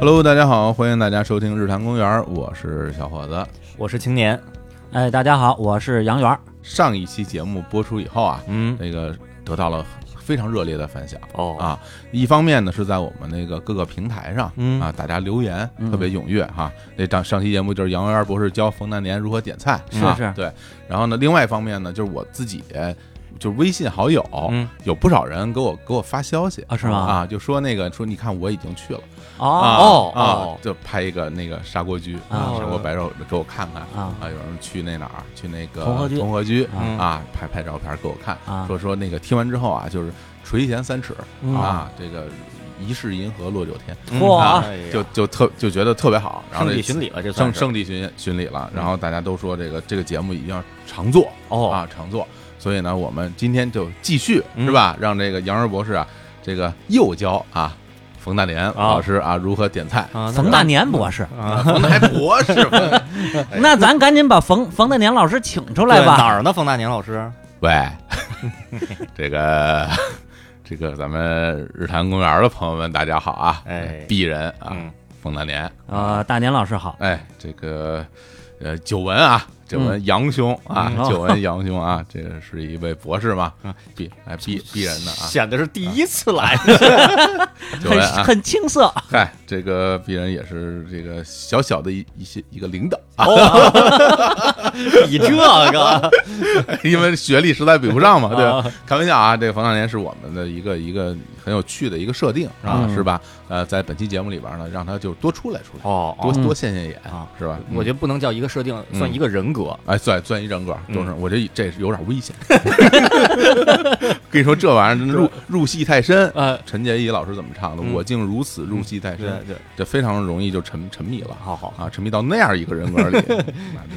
Hello，大家好，欢迎大家收听《日坛公园》，我是小伙子。我是青年，哎，大家好，我是杨元儿。上一期节目播出以后啊，嗯，那个得到了非常热烈的反响哦啊。一方面呢是在我们那个各个平台上嗯啊，大家留言嗯特别踊跃哈。那上上期节目就是杨元博士教冯大年如何点菜，是啊是对。然后呢，另外一方面呢，就是我自己。就是微信好友，嗯有不少人给我给我发消息啊是吗啊，就说那个说你看我已经去了哦，啊哦啊哦就拍一个那个砂锅居啊砂锅白肉给我看看啊有人去那哪儿去那个同和居同和居啊嗯啊，拍拍照片给我看，啊说说那个听完之后啊，就是垂涎三尺嗯啊，这个一世银河落九天嚯啊哎呀，就就特就觉得特别好，然后圣地这巡礼了，这算圣是圣地巡巡礼了，然后大家都说这个这个节目一定要常做哦啊，常做，所以呢，我们今天就继续嗯是吧？让这个杨仁博士啊，这个又教啊冯大年老师啊如何点菜。啊，冯大年博士，啊冯大还 博士，哎那咱赶紧把冯冯大年老师请出来对哪吧。儿呢？冯大年老师，喂， 这个这个咱们日坛公园的朋友们，大家好啊！哎鄙人啊，嗯冯大年，呃，大年老 师好，哎，这个呃，久闻啊，久闻杨兄啊，嗯久闻杨兄啊，这个是一位博士嘛哦嗯，必哎必必然的啊，显得是第一次来，久很闻啊，很青涩。嗨，这个必然也是这个小小的一一些一个领导啊，哦比这个 因为学历实在比不上嘛，对吧 啊？开玩笑啊，这个冯大年是我们的一个一个很有趣的一个设定啊，嗯是吧？呃，在本期节目里边呢，让他就多出来出来， 哦嗯多嗯多现现眼啊，是吧？嗯我觉得不能叫一个设定，算一个人格。哎，算算一人格，都嗯是我觉得这是有点危险。 跟你说，这玩意儿入入戏太深。呃，陈洁仪老师怎么唱的？嗯我竟如此入戏太对深，对，这非常容易就沉沉迷了好好，啊，沉迷到那样一个人格 里。那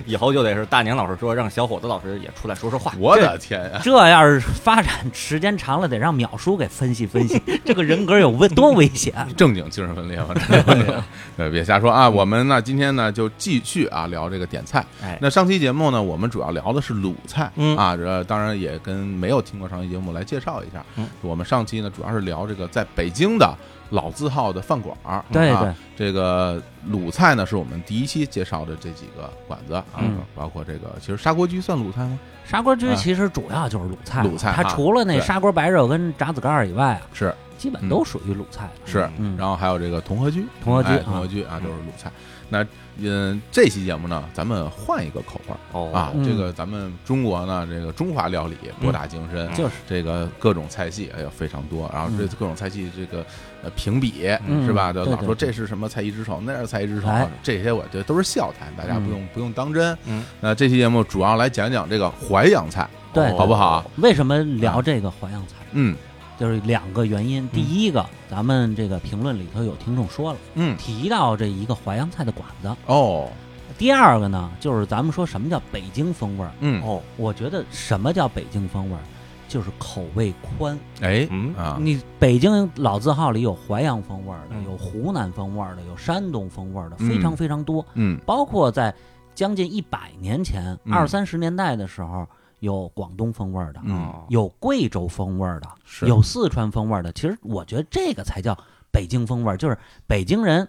以后就得是大年老师说，让小伙子老师也出来说说话。我的天啊呀！这要是发展时间长了，得让淼叔给分析分析， 这个人格有问多危险。正经精神分裂嘛，真 的 对，别瞎说啊！我们呢，今天呢就继续啊聊这个点菜。哎那上期节目呢，我们主要聊的是鲁菜、嗯啊，这当然也跟没有听过上期节目来介绍一下。嗯我们上期呢主要是聊这个在北京的老字号的饭馆儿，对啊对，这个鲁菜呢是我们第一期介绍的这几个馆子啊，嗯包括这个其实砂锅居算鲁菜吗？砂锅哎居其实主要就是鲁菜，鲁菜它啊除了那对砂锅白肉跟炸子盖儿以外啊，是嗯基本都属于鲁菜了。是，嗯然后还有这个同和居，同和居哎啊同和居啊，就是鲁菜。那嗯，这期节目呢，咱们换一个口味儿。哦啊，嗯这个咱们中国呢，这个中华料理博大精深，嗯就是这个各种菜系，哎呀非常多。然后这嗯各种菜系，这个呃评比嗯是吧？就对老对说对这是什么菜一只手，那是菜一只手哎，这些我觉得都是笑谈，大家不用不用当真嗯。那这期节目主要来讲讲这个淮扬菜，对好不好？为什么聊这个淮扬菜？嗯就是两个原因，第一个，咱们这个评论里头有听众说了，嗯，提到这一个淮扬菜的馆子。哦，第二个呢，就是咱们说什么叫北京风味儿？嗯，哦，我觉得什么叫北京风味儿，就是口味宽。哎，嗯啊，你北京老字号里有淮扬风味儿的，嗯有湖南风味儿的，有山东风味儿的，嗯非常非常多。嗯包括在将近一百年前，嗯二三十年代的时候，有广东风味儿的，嗯，有贵州风味儿的，是有四川风味儿的。其实我觉得这个才叫北京风味儿，就是北京人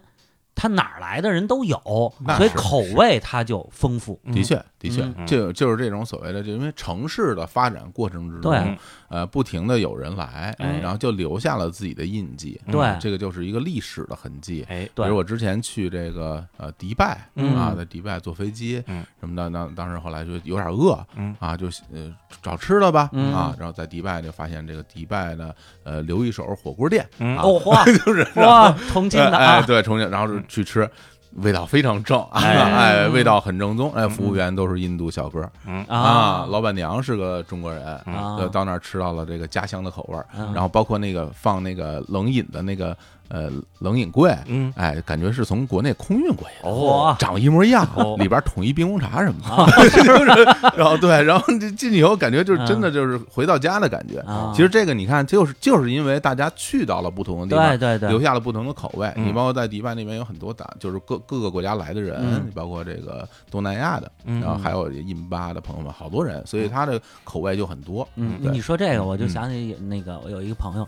他哪儿来的人都有，那所以是口味它就丰富。嗯的，确，的确嗯，嗯就就是这种所谓的，就因为城市的发展过程之对中，呃，不停的有人来，哎然后就留下了自己的印记，嗯对，这个就是一个历史的痕迹。哎，比对如我之前去这个呃迪拜嗯啊，在迪拜坐飞机嗯什么的，那当时后来就有点饿嗯啊，就呃找吃的吧嗯啊，然后在迪拜就发现这个迪拜的呃留一手火锅店，嗯啊 哦嚯就是嚯，重庆的哎，哎啊，对，重庆，然后就去吃，味道非常正，哎哎，嗯味道很正宗，哎，服务员都是印度小哥嗯啊，老板娘是个中国人，啊呃，到那儿吃到了这个家乡的口味儿，嗯然后包括那个放那个冷饮的那个呃冷饮柜，嗯，哎，感觉是从国内空运过去的。嚯，啊长一模一样哦，里边统一冰红茶什么的， 就是，然后对，然后这进去以后感觉就是真的就是回到家的感觉嗯啊。其实这个你看，就是就是因为大家去到了不同的地方，对对对留下了不同的口味。嗯你包括在迪拜那边有很多打，就是各各个国家来的人嗯，你包括这个东南亚的，嗯然后还有印巴的朋友们，好多人，所以他的口味就很多。嗯，对你说这个，我就嗯想起那个我有一个朋友，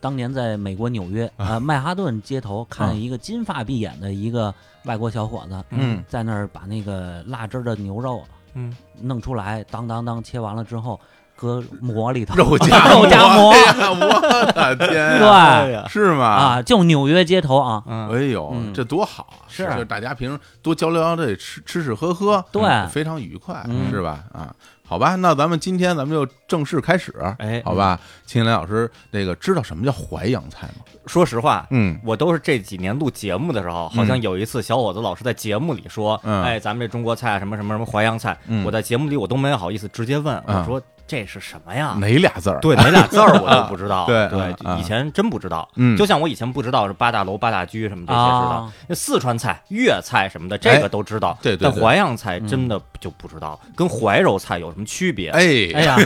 当年在美国纽约啊、呃曼哈顿街头啊看见一个金发碧眼的一个外国小伙子，嗯在那儿把那个辣汁儿的牛肉嗯，弄出来，当当当切完了之后，搁馍里头，肉 夹 肉夹馍哎呀我的天 对呀，哎呀，是吗？啊，就纽约街头啊，嗯，哎呦，嗯这多好啊！是啊就大家平时多交流交流，吃吃吃喝喝，对嗯非常愉快，嗯是吧？啊，好吧，那咱们今天咱们就正式开始，哎好嗯吧？秦林老师，那个知道什么叫淮扬菜吗？说实话，嗯，我都是这几年录节目的时候，好像嗯有一次小伙子老师在节目里说，嗯哎，咱们这中国菜啊什么什么什么淮扬菜，嗯我在节目里我都没好意思直接问，嗯我说这是什么呀？哪俩字儿？，对，哪俩字儿我都不 知道。对对嗯，以前真不知道。嗯，就像我以前不知道是八大楼、八大居什么这些知道啊，那四川菜、粤菜什么的，这个都知道。哎对对但对淮扬菜真的就不知道，跟怀柔菜有什么区别？哎哎， 呀，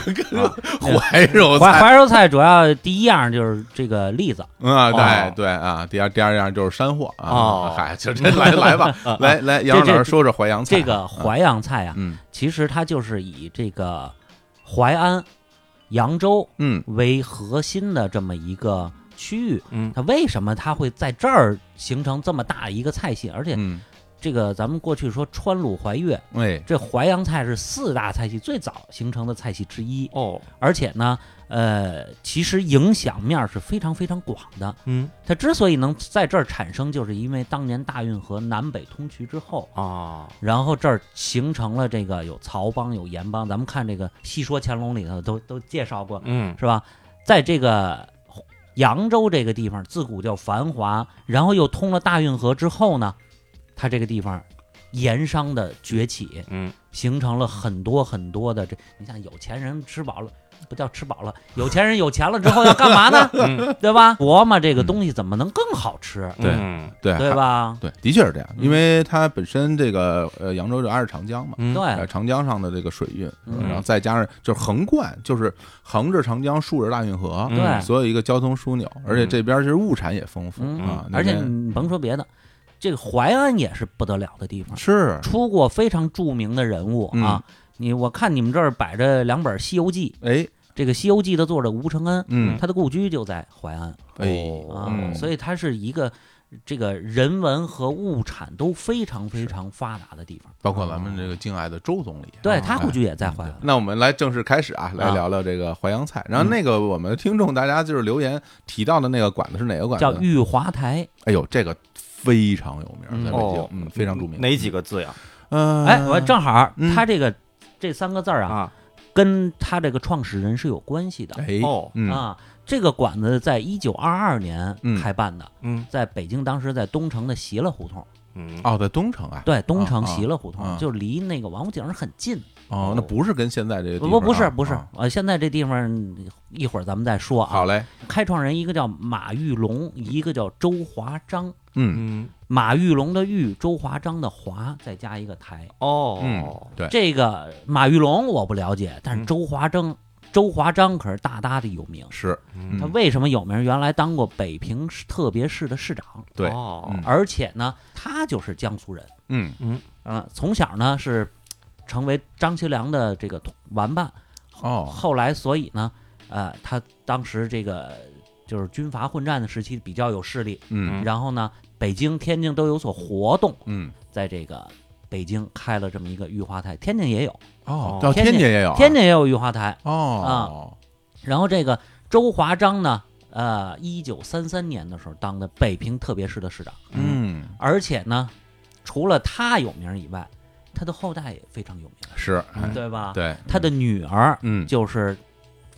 怀柔怀菜怀柔菜主要第一样就是这个栗子，嗯啊，哦对对啊，第二第二样就是山货啊哦，嗨，就这来来 吧，嗯来来，杨这老师说说淮扬菜，这个淮扬菜啊，嗯其实它就是以这个淮安、扬州嗯为核心的这么一个区域。嗯它为什么它会在这儿形成这么大一个菜系？而且嗯，这个咱们过去说川鲁淮粤，哎，这淮扬菜是四大菜系最早形成的菜系之一，哦，而且呢，呃，其实影响面儿是非常非常广的。嗯它之所以能在这儿产生，就是因为当年大运河南北通衢之后，啊，然后这儿形成了这个有曹帮有盐帮，咱们看这个《戏说乾隆》里头都都介绍过，嗯是吧？在这个扬州这个地方，自古就繁华，然后又通了大运河之后呢，它这个地方盐商的崛起，嗯，形成了很多很多的这，你像有钱人吃饱了。不叫吃饱了，有钱人有钱了之后要干嘛呢？嗯对吧？琢磨这个东西怎么能更好吃， 对嗯对对？吧？对，的确是这样，嗯因为它本身这个呃，扬州就挨着长江嘛，嗯对，呃，长江上的这个水运，哎嗯然后再加上就是横贯，就是横着长江，竖着大运河，嗯对所有一个交通枢纽，而且这边其实物产也丰富嗯啊，那而且边你甭说别的，这个淮安也是不得了的地方，是出过非常著名的人物啊。你我看你们这儿摆着两本《西游记》，哎这个《西游记》的作者吴承恩，嗯他的故居就在淮安哎啊，嗯所以它是一个这个人文和物产都非常非常发达的地方。包括咱们这个敬爱的周总理，对啊他故居也在淮安。那我们来正式开始啊，来聊聊这个淮扬菜。然后嗯那个我们听众大家就是留言提到的那个馆子是哪个馆叫子？玉华台，哎呦，这个非常有名，嗯在北京哦，，嗯，非常著名。哪几个字呀？嗯？哎，我正好嗯，他这个这三个字儿啊，啊，跟他这个创始人是有关系的。哎哦嗯啊，这个馆子在一九二二年嗯开办的，嗯在北京当时在东城的席勒胡同，嗯哦，在东城啊，对，东啊城啊席勒胡同、啊就离那个王府井很近。哦，那不是跟现在这个地不方啊不不是不是啊，呃，现在这地方嗯一会儿咱们再说啊。好嘞，开创人一个叫马玉龙，一个叫周华章。嗯嗯马玉龙的玉，周华章的华，再加一个台。哦嗯，，对，这个马玉龙我不了解，但是嗯周华章，周华章可是大大的有名。是嗯他嗯为什么有名？原来当过北平市特别市的市长，对哦嗯而且呢，他就是江苏人嗯啊、从小呢是成为张学良的这个同玩伴，哦后来所以呢，呃，他当时这个就是军阀混战的时期比较有势力，嗯嗯然后呢，北京、天津都有所活动，嗯在这个北京开了这么一个玉华台，天津也有，哦哦，到天天津津也有啊，天津也啊有玉华台。哦然后这个周华章呢，呃，一九三三年的时候当的北平特别市的市长，嗯而且呢，除了他有名以外，他的后代也非常有名，是哎嗯对吧？对他的女儿嗯就是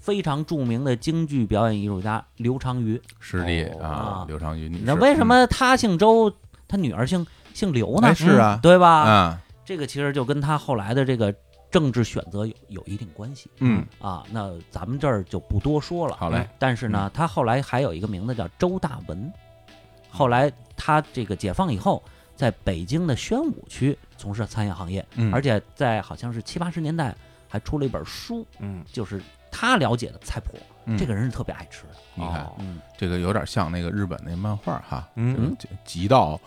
非常著名的京剧表演艺术家刘长瑜。师弟哦啊啊，刘长云女士，那为什嗯么他姓周，他女儿姓姓刘哎呢？是啊嗯对吧？啊这个其实就跟他后来的这个政治选择有有一定关系嗯啊。那咱们这儿就不多说了。嗯好嘞，嗯但是呢，他后来还有一个名字叫周大文。后来他这个解放以后，在北京的宣武区从事餐饮行业，嗯而且在好像是七八十年代还出了一本书，嗯就是他了解的菜谱，嗯这个人是特别爱吃的。你看哦嗯，这个有点像那个日本那漫画哈，嗯吉吉道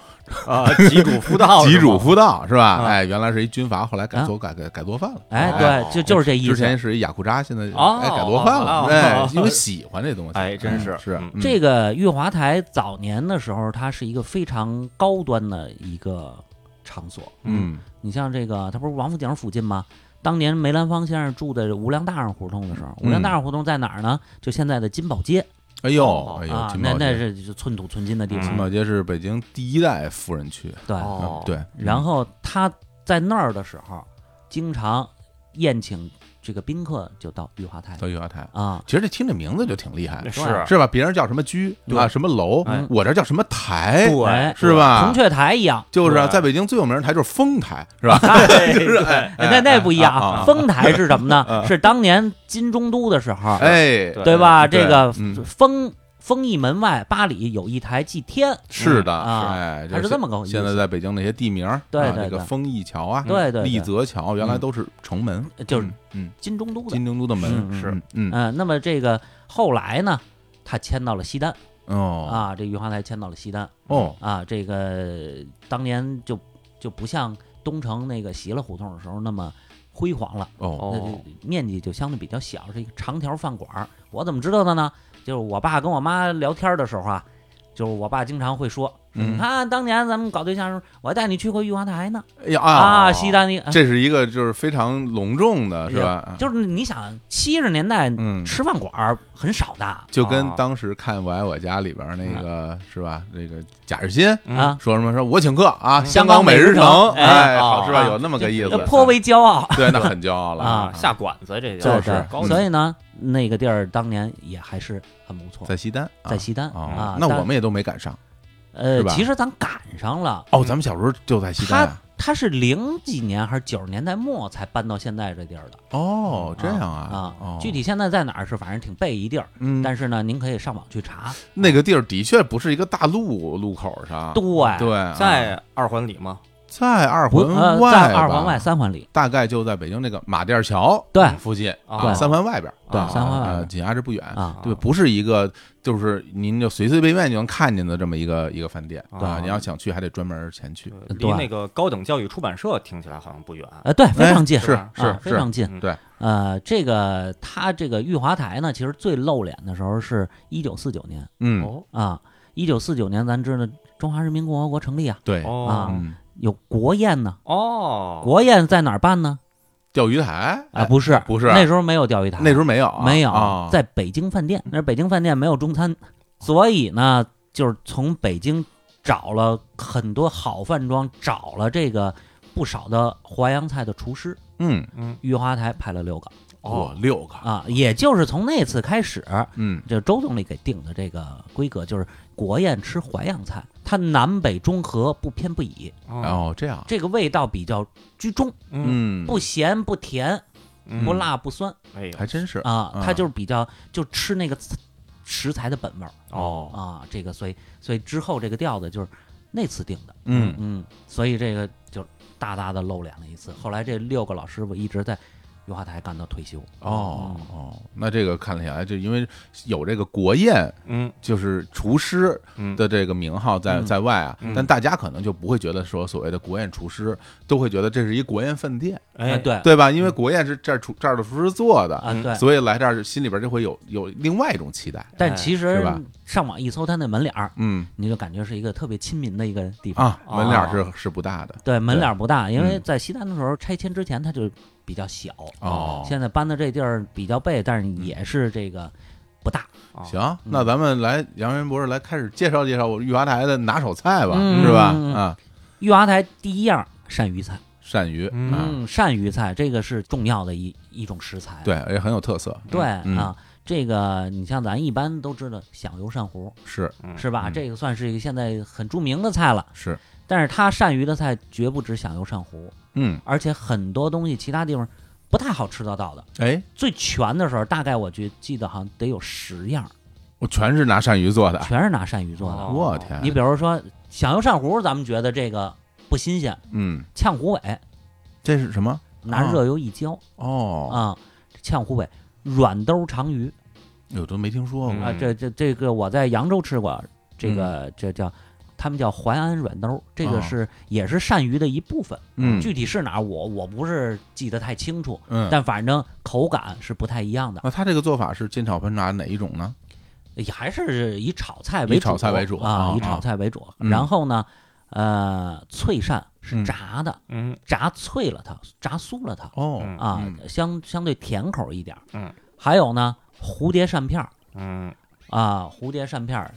啊，吉主夫 道是吗，吉主夫道是吧？啊哎，原来是一军阀，后来改做改改改做饭了。啊哎，哦对，就就是这意之前思。是一雅库扎，现在哦哎改做饭了，哦哦哎哦，因为喜欢这东西，哎真是嗯是嗯这个月华台早年的时候，它是一个非常高端的一个场所。嗯你像这个，它不是王府井附近吗？当年梅兰芳先生住的无量大上胡同的时候，嗯无量大上胡同在哪儿呢？就现在的金宝街哎呦哦嗯哎呦，啊，金那宝那街，嗯是就是寸土寸金的地金方。宝街是北京第一代富人区，对，哦嗯，对，然后他在那儿的时候，经常宴请这个宾客，就到御花台到月华台，啊。其实这听这名字就挺厉害的，是是吧？别人叫什么居对啊，什么楼哎，我这叫什么台，哎是？吧铜？雀台一 样，就是啊对在北京最有名的台就是丰台，是 吧？对哎哎那那不一样啊啊啊嗯丰台是什么呢？ 是当年金中都的时候，哎，对对吧？对这个嗯丰丰义门外八里有一台祭天，是的，嗯啊哎，它是就这么个意思现在在北京那些地名儿，对啊对这个对丰益桥啊，对对，丽对泽桥，原来都是城门，就是嗯，金中都嗯的。金京都的门嗯嗯是，嗯，嗯，那么这个后来呢，他迁到了西单哦啊，这御花台迁到了西单哦，啊，这个当年就就不像东城那个席勒胡同的时候那么辉煌了。哦，那就面积就相对比较小，是一个长条饭馆儿。我怎么知道的呢？就是我爸跟我妈聊天的时候啊，就是我爸经常会说：“嗯你看当年咱们搞对象的时候，我还带你去过御花台呢哎呀啊，啊，西单那个。啊哎这是一个就是非常隆重的，是吧？”就是你想七十年代嗯，吃饭馆儿很少的啊，嗯就跟啊当时看《我爱我家》里边那个是吧？那个贾日新啊嗯说什么？说我请客啊，嗯香港美食香港美食城哎，哎好是吧？啊有那么个意就思，颇为骄傲。 对，那很骄傲了啊下馆子这就就是对高嗯级所以呢，那个地儿当年也还是很不错，在西单，啊在西单哦啊。那但我们也都没赶上是呃，吧其实咱赶上了，哦，咱们小时候就在西单啊。他是零几年还是九十年代末才搬到现在这地儿的哦，这样啊啊、哦具体现在在哪儿是反正挺背一地儿，嗯，但是呢，您可以上网去查。那个地儿的确不是一个大路路口上，对对，啊在二环里吗？在二不环呃，外吧，在二环外三环里，大概就在北京那个马甸桥对附近啊啊，对三环外边，对啊三环外呃边紧挨着不远啊对，不是一个就是您就随随便便就能看见的这么一个一个饭店对啊，你要想去还得专门前去，呃对离那个高等教育出版社听起来好像不远。呃，对，非常近，哎是吧是啊非是常近。嗯对，呃，这个他这个玉华台呢，其实最露脸的时候是一九四九年嗯，哦啊，一九四九年咱知道中华人民共和国成立啊，对，哦嗯，有国宴呢，哦，国宴在哪儿办呢？钓鱼台啊，，不是哎不是那时候没有钓鱼台，那时候没有啊没有，啊在北京饭店，那北京饭店没有中餐，所以呢，就是从北京找了很多好饭庄，找了这个不少的淮扬菜的厨师，嗯，嗯御花台派了六个哦，六个，啊，也就是从那次开始，嗯这周总理给定的这个规格就是国宴吃淮扬菜，它南北中和不偏不倚，哦，这样，这个味道比较居中，嗯嗯，不咸不甜，嗯不辣不酸哎呦还真是啊，它嗯就是比较就吃那个食材的本味儿。哦啊，这个所以所以之后这个调子就是那次定的，嗯嗯，所以这个就大大的露脸了一次。后来这六个老师傅一直在油画台干到退休，嗯哦哦，那这个看起来就因为有这个国宴，嗯就是厨师嗯的这个名号在嗯在外啊嗯，但大家可能就不会觉得说所谓的国宴厨师，都会觉得这是一国宴饭店，啊哎对对吧？因为国宴是这儿厨这儿的厨师做的，啊嗯对，所以来这儿心里边就会有有另外一种期待，但其哎是实吧上网一搜他那门脸儿，嗯你就感觉是一个特别亲民的一个地方。啊，门脸是是不大的，对，门对嗯脸儿不大，因为在西单的时候拆迁之前它就比较小，哦嗯现在搬到这地儿比较背，但是也是这个不大。嗯行，那咱们来杨元博士来开始介绍介绍我御华台的拿手菜吧，嗯是吧？嗯嗯啊，玉华台第一样鳝鱼菜，鳝鱼啊，嗯，鳝鱼菜这个是重要的一一种食材，对，也很有特色，对嗯啊，这个你像咱一般都知道响油鳝糊是嗯是吧？嗯这个算是一个现在很著名的菜了。是，但是它鳝鱼的菜绝不止响油鳝糊，嗯，而且很多东西其他地方不太好吃得到的。哎，最全的时候，大概我觉记得好像得有十样，我全是拿鳝鱼做的，全是拿鳝鱼做的。哦我天，你比如说响油鳝糊，咱们觉得这个不新鲜，嗯，呛虎尾这是什么？拿热油一浇啊哦，啊，呛虎尾软兜长鱼有都没听说过嗯啊，这这这个我在扬州吃过，这个这叫他们叫淮安软兜儿，这嗯哦个是也是鳝鱼的一部分，嗯啊具体是哪儿我我不是记得太清楚，嗯，但反正口感是不太一样的，那他这个做法是煎炒烹炸哪一种呢？也还是以炒菜为以主，炒菜为主啊啊，以啊炒菜为主。嗯然后呢，呃，脆鳝是嗯炸的，嗯炸脆了它，炸酥了它哦，嗯啊，嗯相相对甜口一点儿。嗯，还有呢，蝴蝶扇片儿嗯啊，蝴蝶扇片儿，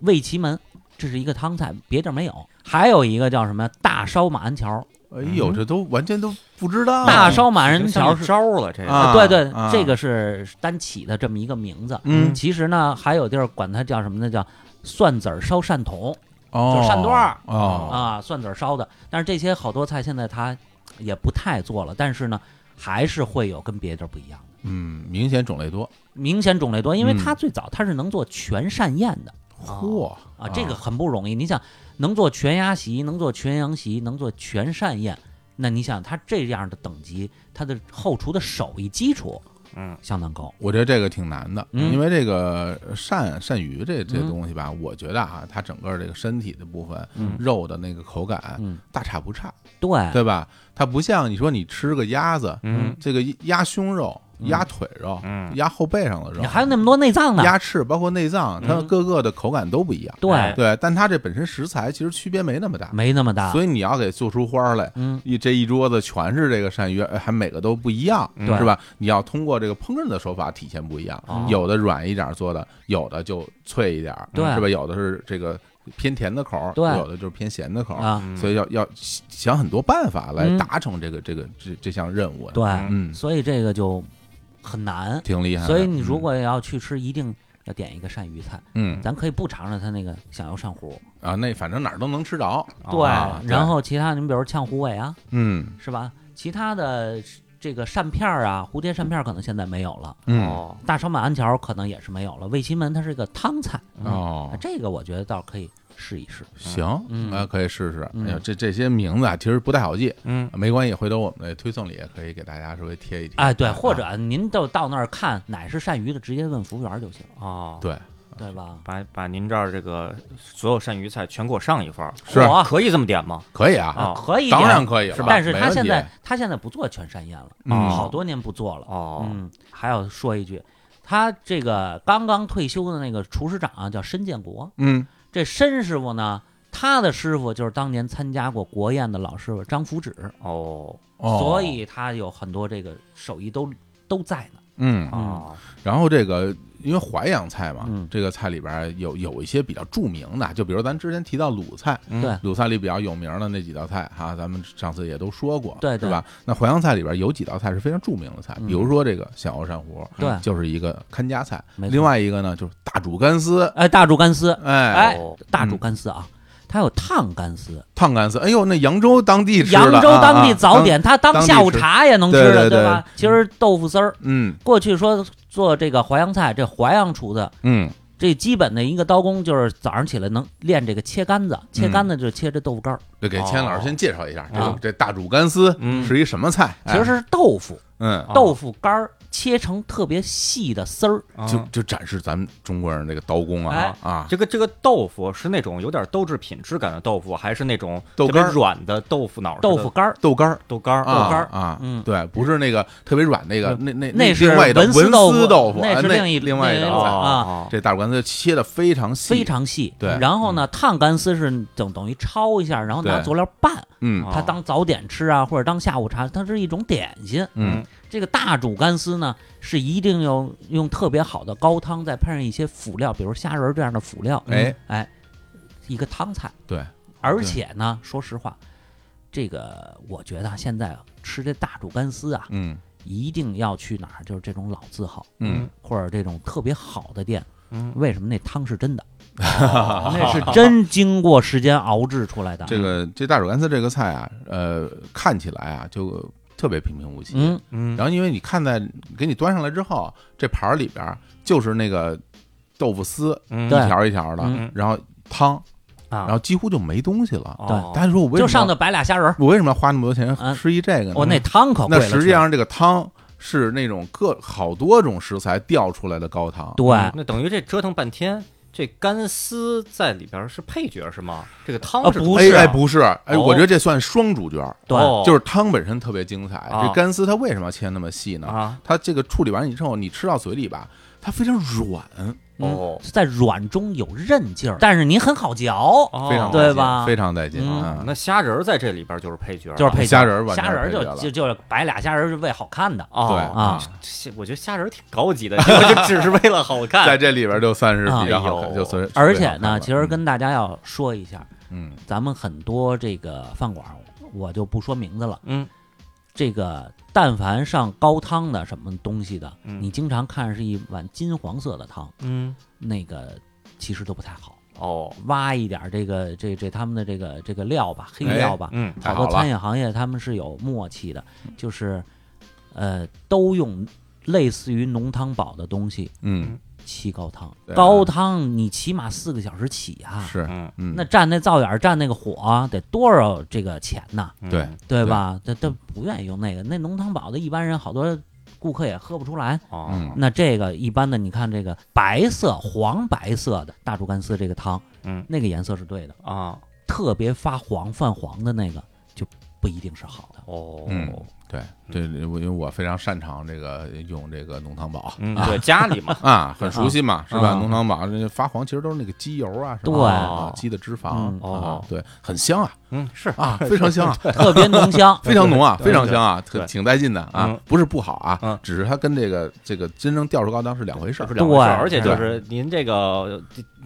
味奇门，这是一个汤菜，别地儿没有。还有一个叫什么大烧马鞍桥，哎呦，嗯这都完全都不知道。嗯大烧马这鞍桥像是招儿了，这啊个啊，对对啊，这个是单起的这么一个名字。嗯其实呢，还有地儿管它叫什么呢？叫蒜子儿烧扇筒哦，就是扇段儿哦，啊，蒜子儿烧的。但是这些好多菜现在它也不太做了，但是呢，还是会有跟别地儿不一样的，嗯，明显种类多。明显种类多。因为嗯它最早它是能做全扇宴的嚯啊，这个很不容易。你想，能做全鸭席，能做全羊席，能做全扇宴，那你想它这样的等级，它的后厨的手艺基础嗯相当高。我觉得这个挺难的，嗯因为这个鳝鳝鱼这这嗯东西吧，我觉得啊，它整个这个身体的部分、嗯肉的那个口感、嗯大差不差，对，对吧？它不像你说你吃个鸭子，嗯这个鸭胸肉、嗯鸭腿肉、嗯鸭后背上的肉你，还有那么多内脏呢。鸭翅包括内脏，它嗯各个的口感都不一样。对，对，但它这本身食材其实区别没那么大，没那么大。所以你要给做出花儿来，嗯，一这一桌子全是这个鳝鱼，呃还每个都不一样，嗯对是吧？你要通过这个烹饪的手法体现不一样，哦有的软一点儿做的，有的就脆一点儿，对是吧？有的是这个偏甜的口儿，对有的就是偏咸的口儿，嗯啊，所以要要想很多办法来嗯达成这个、这个这这项任务。，对，嗯，所以这个就很难。挺厉害的。所以你如果要去吃，一定要点一个鳝鱼菜，嗯嗯咱可以不尝尝它那个响油扇糊，啊，那反正哪儿都能吃着，哦啊对，对然后其他你比如呛虎尾啊，嗯是吧？其他的这个扇片儿啊，蝴蝶扇片儿可能现在没有了，嗯哦大烧马鞍桥可能也是没有了。味奇门它是一个汤菜，啊哦。这个我觉得倒是可以试一试。行，嗯啊，可以试试。嗯哎呀，这这些名字啊，其实不太好记，嗯没关系，回头我们的推送里也可以给大家稍微贴一啊贴。哎，对，或者您就到那儿看哪是鳝鱼的，直接问服务员就行了，哦，对，对吧？把把您这儿这个所有鳝鱼菜全给我上一份儿，是火可以这么点吗？可以啊，哦可以点，当然可以了，但是没他问现题在他现在不做全山宴了，嗯好多年不做了。哦，嗯，还要说一句，他这个刚刚退休的那个厨师长啊，叫申建国。嗯这申师傅呢，他的师傅就是当年参加过国宴的老师傅张福祉，哦，哦所以他有很多这个手艺都都在呢。嗯，哦，然后这个因为淮扬菜嘛，嗯这个菜里边有有一些比较著名的，啊就比如咱之前提到鲁菜。嗯对， 鲁菜里比较有名的那几道菜哈、咱们上次也都说过，对是对吧？那淮扬菜里边有几道菜是非常著名的菜，嗯比如说这个响油扇糊，对就是一个看家菜；没错另外一个呢就是大煮干丝，哎，大煮干丝，哎，哎哦，大煮干丝啊，他有烫干丝，烫干丝。哎呦，那扬州当地吃的扬州啊当地啊早点，他当当地下午吃茶也能吃对的，对对吧？其实豆腐丝儿，嗯过去说做这个淮扬菜，这淮扬厨子嗯，这基本的一个刀工就是早上起来能练这个切杆子，切杆嗯子就是切这豆腐干儿，这给千老师先介绍一下，这哦啊个这大煮干丝嗯是一什么菜？其实哎是豆腐，嗯，哦豆腐干儿切成特别细的丝儿，啊就就展示咱们中国人这个刀工啊哎啊，这个这个豆腐是那种有点豆制品质感的豆腐，还是那种豆特别干儿软的豆腐脑儿似的豆腐干儿，豆干儿。豆干儿啊豆干儿？啊，嗯对，不是那个特别软那个，那那那是另外一道文丝丝豆腐豆腐，那啊是那另一另外一那道哦菜。啊这大煮干丝切的非常细，非常细。对嗯然后呢，烫干丝是等等于焯一下，然后拿对佐料拌，嗯啊它当早点吃啊，或者当下午茶，它是一种点心。嗯这个大煮干丝呢，是一定要用特别好的高汤，再配上一些辅料，比如虾仁儿这样的辅料，哎哎，一个汤菜。对，而且呢，说实话，这个我觉得啊现在吃这大煮干丝啊，嗯一定要去哪儿，就是这种老字号嗯，或者这种特别好的店。嗯为什么那汤 是真的？那是真经过时间熬制出来的。这个这大煮干丝这个菜啊，呃，看起来啊就特别平平无奇，嗯，嗯然后因为你看在给你端上来之后，这盘儿里边儿就是那个豆腐丝嗯一对条一条的，嗯然后汤，啊然后几乎就没东西了。哦大家说我为就什上么头摆俩虾仁儿，我为什么要花那么多钱嗯吃一这个呢？我那汤可贵那了去了。实际上这个汤是那种各好多种食材调出来的高汤。对，那等于这折腾半天，这干丝在里边是配角是吗？这个汤啊是不主哎是哎，不是，哎，哦我觉得这算双主角，对哦就是汤本身特别精彩。啊这干丝它为什么要切那么细呢？啊它这个处理完以后，你吃到嘴里吧，它非常软，哦嗯，在软中有韧劲儿，但是你很好嚼，哦非常对带劲吧非常带劲嗯啊！那虾仁儿在这里边就是配角了，就是配角虾仁儿吧，虾仁儿就就就就是摆俩虾仁儿是为好看的对哦啊，这我觉得虾仁儿挺高级的，这个就只是为了好 啊在看。这里边就算是比较好哎看，呦就算是啊而且呢，非常好看了其实跟大家要说一下，嗯咱们很多这个饭馆儿，我就不说名字了。嗯，这个但凡上高汤的什么东西的，嗯你经常看是一碗金黄色的汤，嗯，那个其实都不太好。哦，挖一点儿这个这这他们的这个这个料吧，黑料吧，嗯，哎太好多餐了，嗯饮行业他们是有默契的，就是呃都用类似于浓汤宝的东西嗯沏高汤对，啊高汤你起码四个小时起啊，是嗯嗯那蘸那灶眼儿蘸那个火啊、得多少这个钱呐，嗯对对吧？这这不愿意用那个，那浓汤宝的一般人好多顾客也喝不出来。哦，嗯那这个一般的，你看这个白色、黄白色的大竹干丝这个汤，嗯那个颜色是对的，啊，特别发黄泛黄的那个就不一定是好的。哦，嗯对对，我因为我非常擅长这个用这个浓汤宝嗯，对，家 里嘛，啊，很熟悉嘛，是吧？嗯浓汤宝这发黄其实都是那个鸡油啊，是吧对啊鸡的脂肪嗯啊哦，对，很香啊嗯，是 啊，非常香啊。特别浓香 。非常浓啊，对非对常香啊，对挺挺带劲的啊嗯，不是不好啊嗯，只是它跟这个这个真正吊出高汤是两回事儿，是两回事儿，对而且就是您这个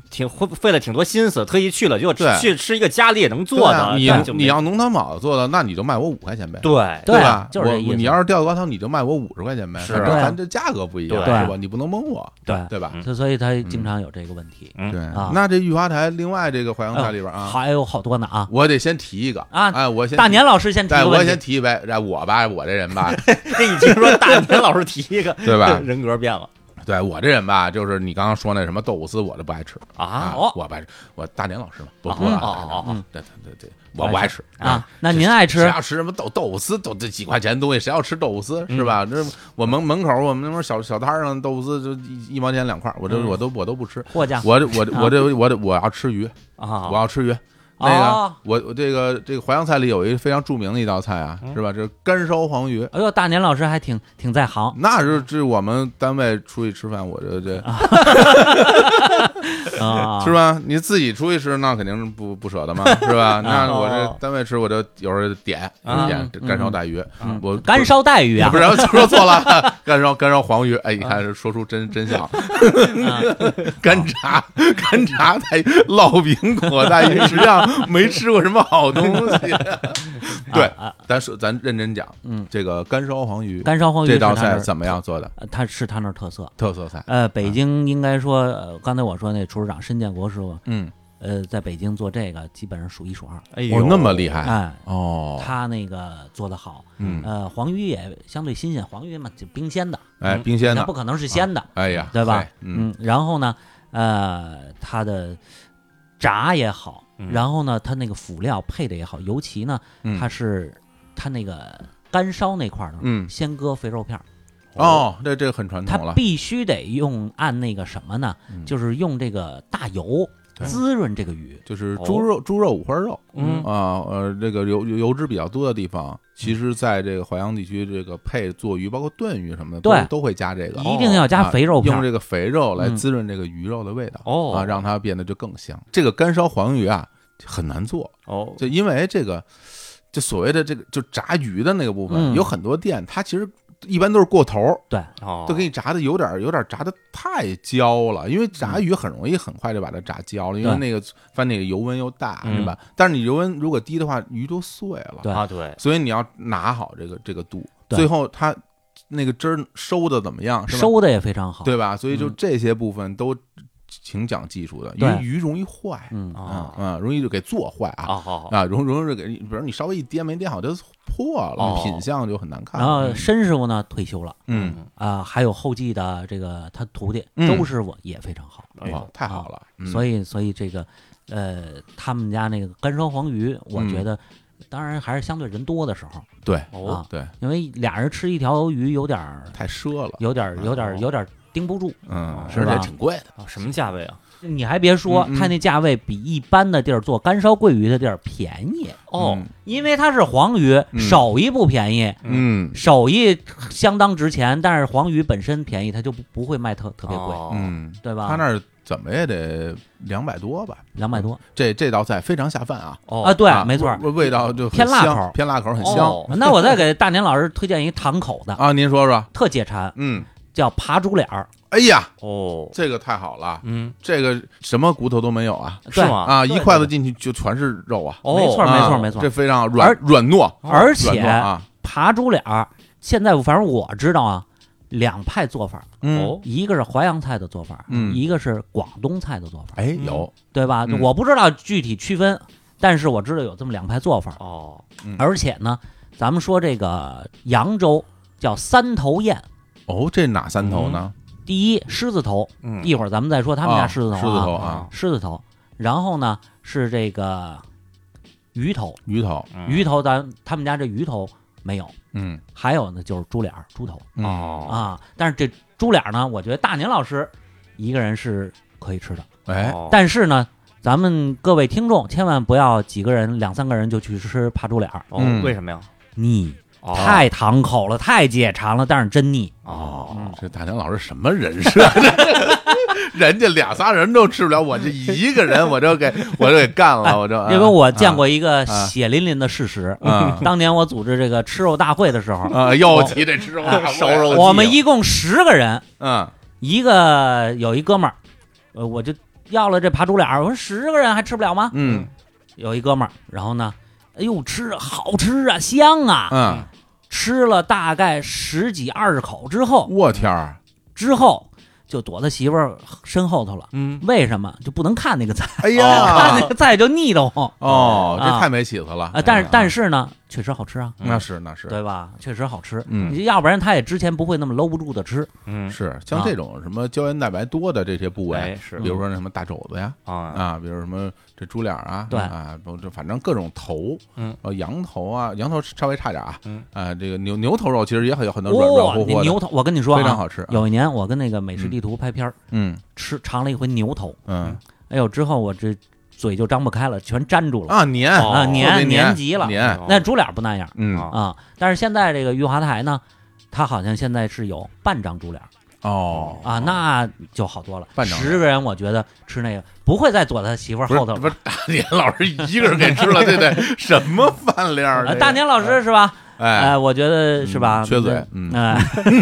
挺花费了挺多心思，特意去了，结果吃对去吃一个家里也能对做啊的，你但就没你要浓汤宝做的，那你就卖我五块钱呗，对对吧？就是这意我思你要是吊高汤，你就卖我五十块钱呗，是反正对啊咱这价格不一样，对是吧？你不能蒙我，对，对吧？嗯所所以他经常有这个问题。嗯对啊，那这御花台另外这个淮扬菜里边啊，还有好多呢啊！我得先提一个啊哎，我先大年老师先提哎，个我嗯问先题，提一呗，哎，我吧，我这人吧，这已经说大年老师提一个，对吧人格变了 对我这人吧，就是你刚刚说那什么豆腐丝，我就不爱吃啊啊，哦我不爱吃，我大年老师嘛，不哦不了，哦哦哦哎对对对对，我不爱吃啊。那您爱谁吃要吃什么豆豆腐丝，豆这几块钱的东西，谁要吃豆腐丝是吧？这我门门口我们那边小小摊儿上豆腐丝就一一毛钱两块儿，我这嗯我都我都不吃。货架？我这我这我这我这我要吃鱼，啊，我要吃鱼。那哦个我我这个这个淮扬菜里有一个非常著名的一道菜啊，是吧？这是干烧黄鱼。哎呦，大年老师还挺挺在行那是这我们单位出去吃饭，我这这啊，是吧？你自己出去吃，那肯定是不不舍 得嘛，是啊吧？那我这单位吃，我就有时候点啊点这干烧带鱼，嗯我干烧带鱼啊不，是说错 了，干烧干烧黄鱼，哎，你看说出真真相，啊 干炸干炸带鱼烙饼果带鱼，实际上没吃过什么好东 西。对，啊咱说咱认真讲，嗯，这个干烧黄鱼干烧黄鱼这道是他那菜儿怎么样做的？呃它是它那儿特色。特色菜，呃，北京应该说，呃刚才我说那厨师长申建国师傅，嗯，呃，在北京做这个基本上数一数二。哎我呦，哦那么厉害哎，哦，他那个做的好，嗯，呃，黄鱼也相对新鲜，黄鱼嘛就冰鲜的，哎，冰鲜它的嗯不，可能是鲜的，哎呀，对吧哎？嗯，然后呢，呃，它的炸也好，嗯然后呢，它那个辅料配的也好，尤其呢，嗯它是它那个干烧那块儿呢，嗯先搁肥肉片儿，哦，这这个很传它统了，必须得用按那个什么呢，嗯就是用这个大油对滋润这个鱼，就是哦猪肉猪肉五花肉，嗯啊，呃，这个油油脂比较多的地方，其嗯实在这个淮扬地区，这个配做鱼，包括炖鱼什么的，对都都会加这个，啊一定要加肥肉片哦用儿。这个肥肉来嗯滋润这个鱼肉的味道，哦啊，让它变得就更香。这个干烧黄鱼啊很难做，哦，就因为这个，就所谓的这个就炸鱼的那个部分，嗯有很多店它其实一般都是过头儿，对，哦都给你炸的有点儿有点儿炸的太焦了，因为炸鱼很容易很快就把它炸焦了，因为嗯对那个翻那个油温又大，嗯是吧？但是你油温如果低的话，鱼都碎了。对啊，对，所以你要拿好这个这个度，对最后它那个汁儿收的怎么样，是吧？收的也非常好。对吧？所以就嗯这些部分都挺讲技术的，对鱼鱼容易坏，嗯，啊啊啊，容易就给做坏啊，啊好好，啊，容容易就给，比如你稍微一颠没颠好，它就破了哦，品相就很难看然了。后申师傅呢退休了嗯，啊，还有后继的这个他徒弟嗯周师傅也非常好，哎哇呦，，太好了，嗯所以以所以这个呃，他们家那个干烧黄鱼，我嗯觉得当然还是相对人多的时候，对哦啊，对，因为俩人吃一条鱿鱼有点儿太奢了，有哦点儿有点儿哦有点儿盯不住。嗯，是啊是吧这挺贵的，啊，什么价位啊？你还别说，嗯嗯它那价位比一般的地儿做干烧桂鱼的地儿便宜，哦，因为它是黄鱼，嗯手艺不便宜，嗯，手艺相当值钱，但是黄鱼本身便宜，它就不不会卖特特别贵，哦嗯嗯，对吧？他那儿怎么也得两百多吧？两百多这这道菜非常下饭啊，哦啊，对，啊没错儿。味味道就很偏辣香口偏辣口很香哦那我再给大年老师推荐一堂口的，啊。您说说，特解馋，嗯，叫扒猪脸儿，哎呀，哦，这个太好了，嗯，这个什么骨头都没有啊是对吗？啊，一对筷子进去就全是肉啊，哦，没错啊没错没错这非常软而软糯，而软且糯啊，扒猪脸儿，现在反正我知道啊，两派做法，嗯，哦，一个是淮扬菜的做法，嗯一个是广东菜的做法，哎，有，对吧？嗯我不知道具体区分，但是我知道有这么两派做法，哦，嗯而且呢，咱们说这个扬州叫三头宴，哦，这哪三头呢？第一狮子头，嗯，一会儿咱们再说嗯他们家啊狮子头、啊，狮子头啊啊，狮子头，然后呢是这个鱼头，鱼头，嗯鱼头咱他们家这鱼头没有，嗯，还有呢就是猪脸儿、猪头嗯，哦啊，但是这猪脸儿呢，我觉得大年老师一个人是可以吃的，哎，哦但是呢。咱们各位听众千万不要几个人、两三个人就去吃扒猪脸儿，哦嗯，为什么呀？腻，哦太堂口了，太解馋了，但是真腻。哦，这大强老师什么人设？ 人家俩仨人都吃不了，我这一个人我就给我就给干了，我就因为嗯我见啊过一个啊血淋淋的事实，啊当年我组织这个吃肉大会的时候，啊，又提这吃肉啊大会烧肉我们一共十个人，嗯一个有一哥们儿，呃，我就要了这扒猪脸儿，我说十个人还吃不了吗？嗯有一哥们儿，然后呢，哎呦吃啊好吃啊香啊，嗯，吃了大概十几二十口之后，我嗯天儿，之后就躲在媳妇儿身后头了。嗯，为什么就不能看那个菜？哎看呀哦 那，个菜就腻得慌哦，啊这太没起子了啊！但是但是是呢，确实好吃啊，那是那哎是，对吧？确实好吃，嗯。要不然他也之前不会那么搂不住的吃。嗯，是像这种什么胶原蛋白多的这些部哎位，是比如说那什么大肘子呀，啊，啊，比如什么这猪脸儿啊，对啊，不这反正各种头，嗯呃，羊头啊，羊头稍微差点啊，嗯啊，这个牛牛头肉其实也很有很多软哇软乎乎的，牛头，我跟你说非常啊，好吃啊，有一年我跟那个美食地图拍片儿，嗯吃尝了一回牛头，嗯哎呦，之后我这嘴就张不开了，全粘住了。啊，黏哦啊，特别粘黏急了。哎哦黏，那猪脸不那样嗯啊啊，但是现在这个玉华台呢，它好像现在是有半张猪脸哦啊，那就好多了。半张十个人，我觉得吃那个不会再躲在媳妇儿不是后头不了。是，大年老师一个人给吃了，这得什么饭量啊儿？大年年老师是吧？哎哎，我觉得嗯是吧？缺嘴，嗯哎，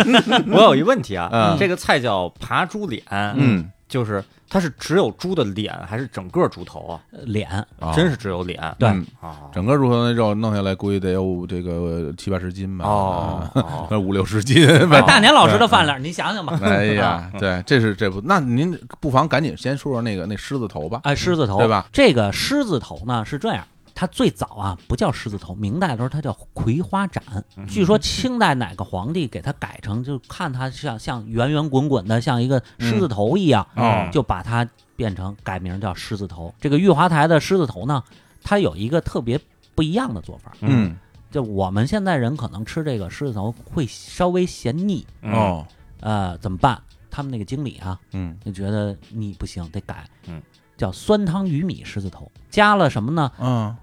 我有一问题啊嗯，这个菜叫扒猪脸，嗯，就是它是只有猪的脸，还是整个猪头啊？脸啊真是只有脸对嗯啊！整个乳头那肉弄下来估计得有这个七八十斤吧，哦啊， 哦那五六十斤，哎反正大年老师的饭量，你想 想吧。哎呀，啊对，这是这不，那您不妨赶紧先说说那个那狮子头吧。哎，狮子头对吧？这个狮子头呢是这样，它最早啊不叫狮子头，明代的时候它叫葵花斩。嗯据说清代哪个皇帝给它改成，就看它像像圆圆滚滚的，像一个狮子头一样，嗯哦就把它变成改名叫狮子头。这个玉华台的狮子头呢，它有一个特别不一样的做法。嗯，就我们现在人可能吃这个狮子头会稍微嫌腻，哦，哦，呃，怎么办？他们那个经理啊，嗯就觉得你不行，得改，嗯，叫酸汤鱼米狮子头，加了什么呢？嗯，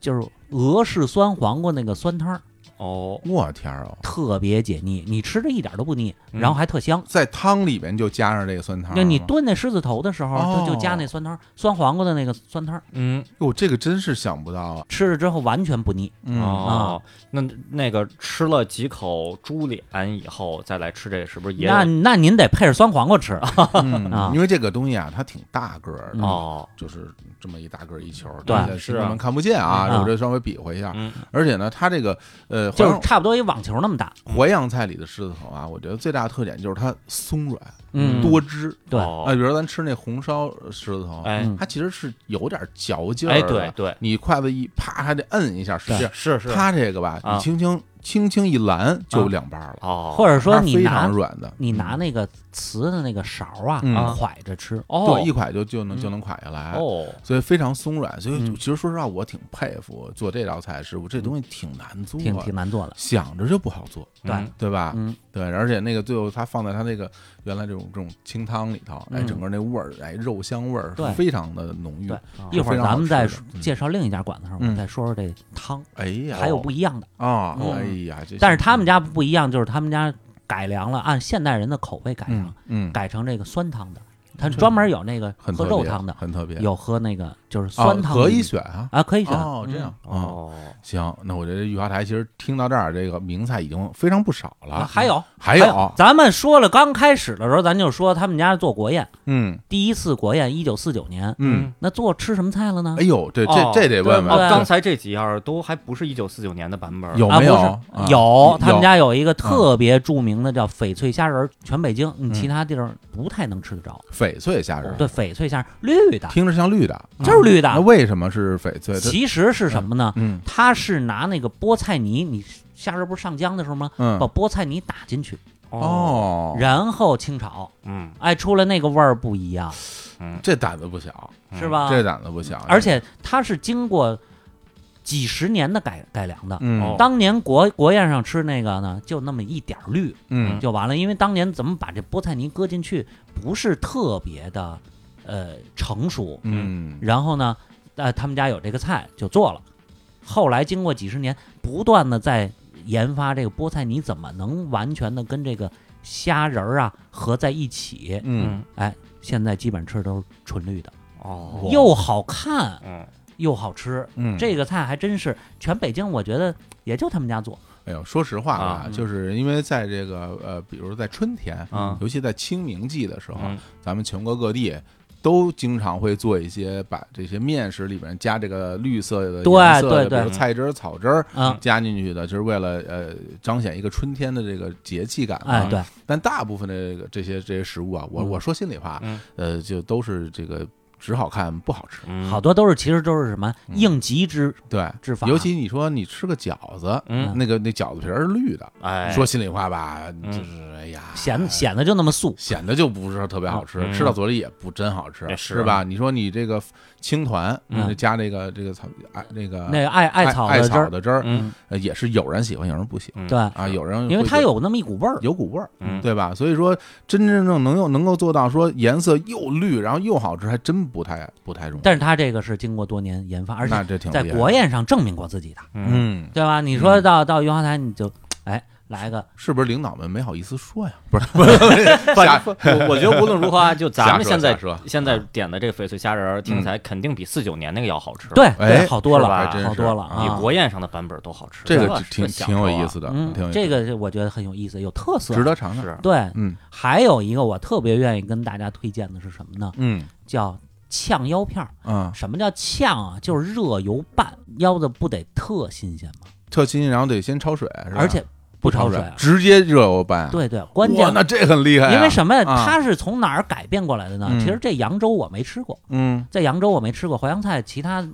就是俄式酸黄瓜那个酸汤儿，哦，我天儿哦，特别解腻，你吃着一点都不腻，嗯然后还特香。在汤里面就加上这个酸汤儿那了吗，你炖那狮子头的时候，啊哦就就加那酸汤儿，酸黄瓜的那个酸汤儿，嗯，哟，这个真是想不到啊。吃了之后完全不腻。嗯，哦，那那个吃了几口猪脸以后再来吃这个，是不是也有那那您得配着酸黄瓜吃， 啊嗯嗯因为这个东西啊，它挺大个儿的，哦，就是这么一大个儿一球儿，对大家是你啊们看不见啊，嗯我这稍微比划一下。嗯而且呢，它这个呃，淮就是扬差不多一网球那么大。淮扬菜里的狮子头啊，我觉得最大的特点就是它松软、嗯，多汁。对哦啊，比如咱吃那红烧狮子头，哎嗯它其实是有点嚼劲儿哎，的对对，你筷子一啪还得摁一下，使劲儿。是是它这个吧，啊你轻轻轻轻一拦就两半了，哦，或者啊说你它非拿常软的，你拿那个瓷的那个勺啊，嗯蒯着吃。哦对，一蒯就就能就能蒯下来。哦，所以非常松软，所以嗯其实说实话，我挺佩服做这道菜师傅，这东西挺难做，挺挺难做的。想着就不好做，对嗯对吧？嗯，对，而且那个最后他放在他那个原来这种这种清汤里头，哎，嗯整个那味儿，哎，肉香味儿对非常的浓郁对。啊一会儿咱们再非常好吃的嗯介绍另一家馆子上，我嗯们再说说这汤，哎呀，还有不一样的。啊，嗯哎呀，这但是他们家不一样，就是他们家改良了，按现代人的口味改嗯良，嗯，改成这个酸汤的。他专门有那个很喝特肉别汤的，很特别，有喝那个就是啊酸汤的可以选啊，啊，可以选哦，这样啊，哦，行，那我觉得御花台其实听到这儿，这个名菜已经非常不少啊，了，嗯还有还有，咱们说了刚开始的时候，咱就说他们家做国宴，嗯第一次国宴一九四九年，嗯，那做吃什么菜了呢哎？呦，这哦这这得问嗯对哦，问，刚才这几样都还不是一九四九年的版本，有啊，没有不啊是有，他们有家有一个特别著名的叫翡翠虾仁儿，全北京嗯嗯你其他地儿不太能吃得着。翡翠虾仁儿，对，翟翠虾绿的，听着像绿的，啊就是绿那的。为什么是翡翠？它其实是什么呢？嗯它是拿那个菠菜泥，你虾仁不是上浆的时候吗？嗯把，菠菜泥打进去，哦，然后清炒，嗯，哎，出来那个味儿不一样，嗯这胆子不小，嗯，是吧？这胆子不小，啊而且它是经过几十年的改改良的。嗯哦当年国国宴上吃那个呢，就那么一点儿绿，嗯就完了。因为当年咱们把这菠菜泥搁进去，不是特别的呃成熟。嗯然后呢，呃，他们家有这个菜就做了。后来经过几十年，不断的在研发这个菠菜泥怎么能完全的跟这个虾仁儿啊合在一起。哎嗯，嗯，现在基本吃都是纯绿的，哦，又好看嗯，又好吃。嗯，这个菜还真是全北京，我觉得也就他们家做。哎呦，说实话啊嗯啊，就是因为在这个呃，比如在春天啊尤其在清明季的时候，嗯咱们全国各地。都经常会做一些把这些面食里面加这个绿色的对颜色的对对比如菜汁儿、草汁儿嗯加进去的，就是为了呃彰显一个春天的这个节气感嘛。哎，对，但大部分的这些这些食物啊，我嗯我说心里话嗯，呃，就都是这个只好看不好吃。嗯好，多都是其实都是什么应急之对，之法，嗯尤其你说你吃个饺子，嗯，那个那饺子皮儿是绿的，哎，说心里话吧，嗯就是哎呀，显显得就那么素。显得就不是特别好吃，嗯吃到嘴里也不真好吃，也是是吧？你说你这个青团，嗯你加这个这个草啊那个那个艾艾艾草艾的汁草儿，的汁儿，嗯，呃也是有人喜欢，有人不喜嗯，对，欢啊，有人因为会它觉得有那么一股味儿。有股味儿，嗯对吧？所以说真真正正能用能够做到说颜色又绿，然后又好吃，还真不太不太容易。但是它这个是经过多年研发，而那且这挺在厉害国宴上证明过自己的，嗯，嗯，对吧？你说到到云华台，你就哎来个是不是领导们没好意思说呀？ 不是，不是，反瞎正我我觉得无论如何啊，就咱们瞎说现在瞎说嗯现在点的这个翡翠虾仁儿听起来肯定比四九年那个要好吃，对哎对，好多是吧了，还真好是多了啊比啊。国宴上的版本都好吃，这个是挺享挺有受啊意思的，挺有嗯，意思这个是我觉得很有意思，有特色，值得尝尝。是，对，嗯还有一个我特别愿意跟大家推荐的是什么呢？嗯叫呛腰片儿。啊，什么叫呛啊？就是热油拌，腰子不得特新鲜吗？特新，然后得先焯水，是吧而且不焯焯水，啊直接热油拌。，对对，关键哇，那这很厉害啊。因为什么呀？啊它是从哪儿改变过来的呢？嗯其实这扬州我没吃过，嗯在扬州我没吃过淮扬菜，其他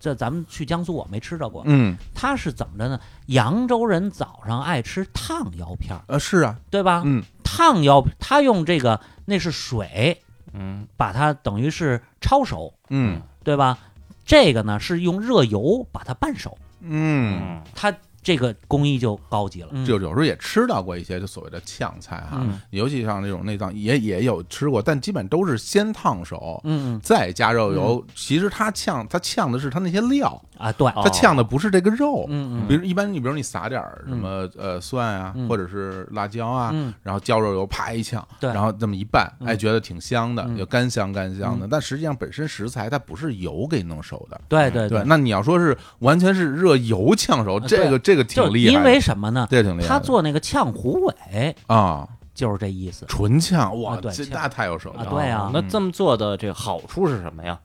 这咱们去江苏我没吃着过。嗯它是怎么着呢？扬州人早上爱吃烫腰片儿，呃是啊，对吧？嗯烫腰，他用这个那是水嗯把它等于是焯熟，嗯对吧？这个呢是用热油把它拌熟，嗯。嗯它这个工艺就高级了。就有时候也吃到过一些就所谓的呛菜哈，嗯尤其像这种内脏也也有吃过，但基本都是先烫手，嗯嗯再加肉油。其实它呛它呛的是它那些料，啊，对，哦它呛的不是这个肉。嗯比嗯如一般，你比如你撒点儿什么呃蒜啊，嗯或者是辣椒啊，嗯，然后浇肉油啪一呛，对然后这么一拌，嗯哎，觉得挺香的，嗯就干香干香的。但实际上本身食材它不是油给弄熟的，对对嗯啊对。，那你要说是完全是热油呛熟，对这个这个就挺是厉害的，因为什么呢？这挺厉害的。他做那个呛虎尾啊，就是这意思，纯呛哇，啊对这呛那太有手啊了。对啊嗯哦那这么做的这个好处是什么呀？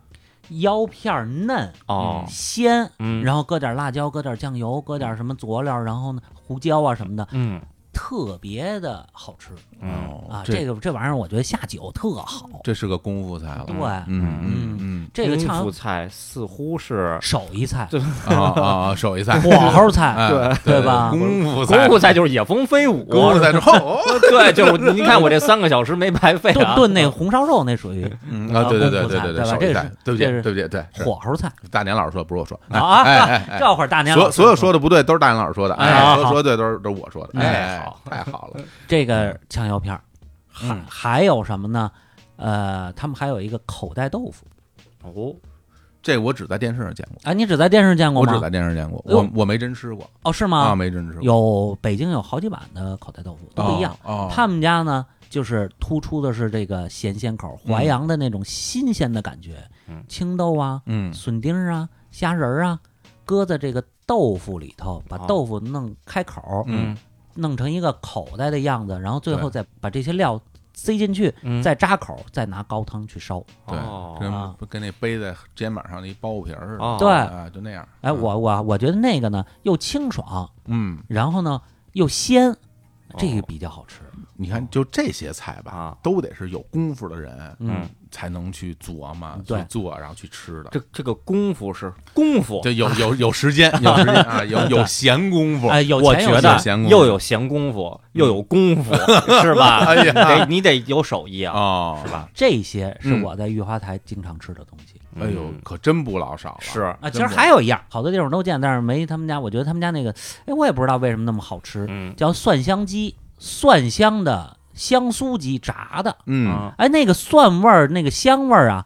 腰片儿嫩哦，鲜，嗯然后搁点辣椒，搁点酱油，搁点什么佐料，然后呢胡椒啊什么的，嗯特别的好吃嗯哦啊！这这个这玩意儿我觉得下酒特好，这是个功夫菜了，对，嗯嗯嗯嗯这个功像夫菜似乎是手艺菜、对啊啊啊，手 艺菜，火候菜， 哎嗯对对吧啊功夫菜功，夫菜就是野蜂飞 舞，功夫菜 之后，哦对，就是你看我这三个小时没白费炖啊。炖那红烧肉那属于嗯啊，对对对对对功夫菜手对艺吧菜，对不起这是对不起，对，是火候菜大年老师说，不是我说，哎啊！哎哎哎， 这会儿大年所老师所有说的不对都是大年老师说的，哎好哎，所有说的对都是都是我说的，哎哎，好太好了，这个炝药片儿，还嗯还有什么呢？呃，他们还有一个口袋豆腐，哦，这我只在电视上见过，哎，你只在电视见过我只吗？在电视上见过，哎呦我我没真吃过哦，是啊，吗？没真吃过，有北京有好几版的口袋豆腐，都不一样。哦，哦他们家呢，就是突出的是这个咸鲜口，嗯淮扬的那种新鲜的感觉，嗯青豆啊、嗯笋丁儿啊、虾仁儿啊，搁在这个豆腐里头，把哦豆腐弄开口，嗯弄成一个口袋的样子，然后最后对再把这些料塞进去，嗯再扎口，再拿高汤去烧。对哦，啊跟跟那背在肩膀上的一包皮儿似的，哦对啊，就那样，哎，嗯我我我觉得那个呢又清爽，嗯，然后呢又鲜，哦这个比较好吃。你看就这些菜吧，啊，都得是有功夫的人嗯，才能去琢磨、嗯对去做，然后去吃的。这这个功夫是功夫，这有有有时间，有时间啊，有有闲工夫。哎，有我钱觉有得有闲工夫嗯又有闲功夫，又有 功夫，是吧？哎呀得你得有手艺啊，哦，是？吧？这些是嗯我在御花台经常吃的东西。哎呦，嗯可真不老少了。嗯是，啊，其真实不还有一样，好多地方都见，但是没他们家。我觉得他们家那个，哎，我也不知道为什么那么好吃，嗯叫蒜香鸡，蒜香的香酥鸡炸的，嗯，啊哎，那个蒜味儿，那个香味儿啊，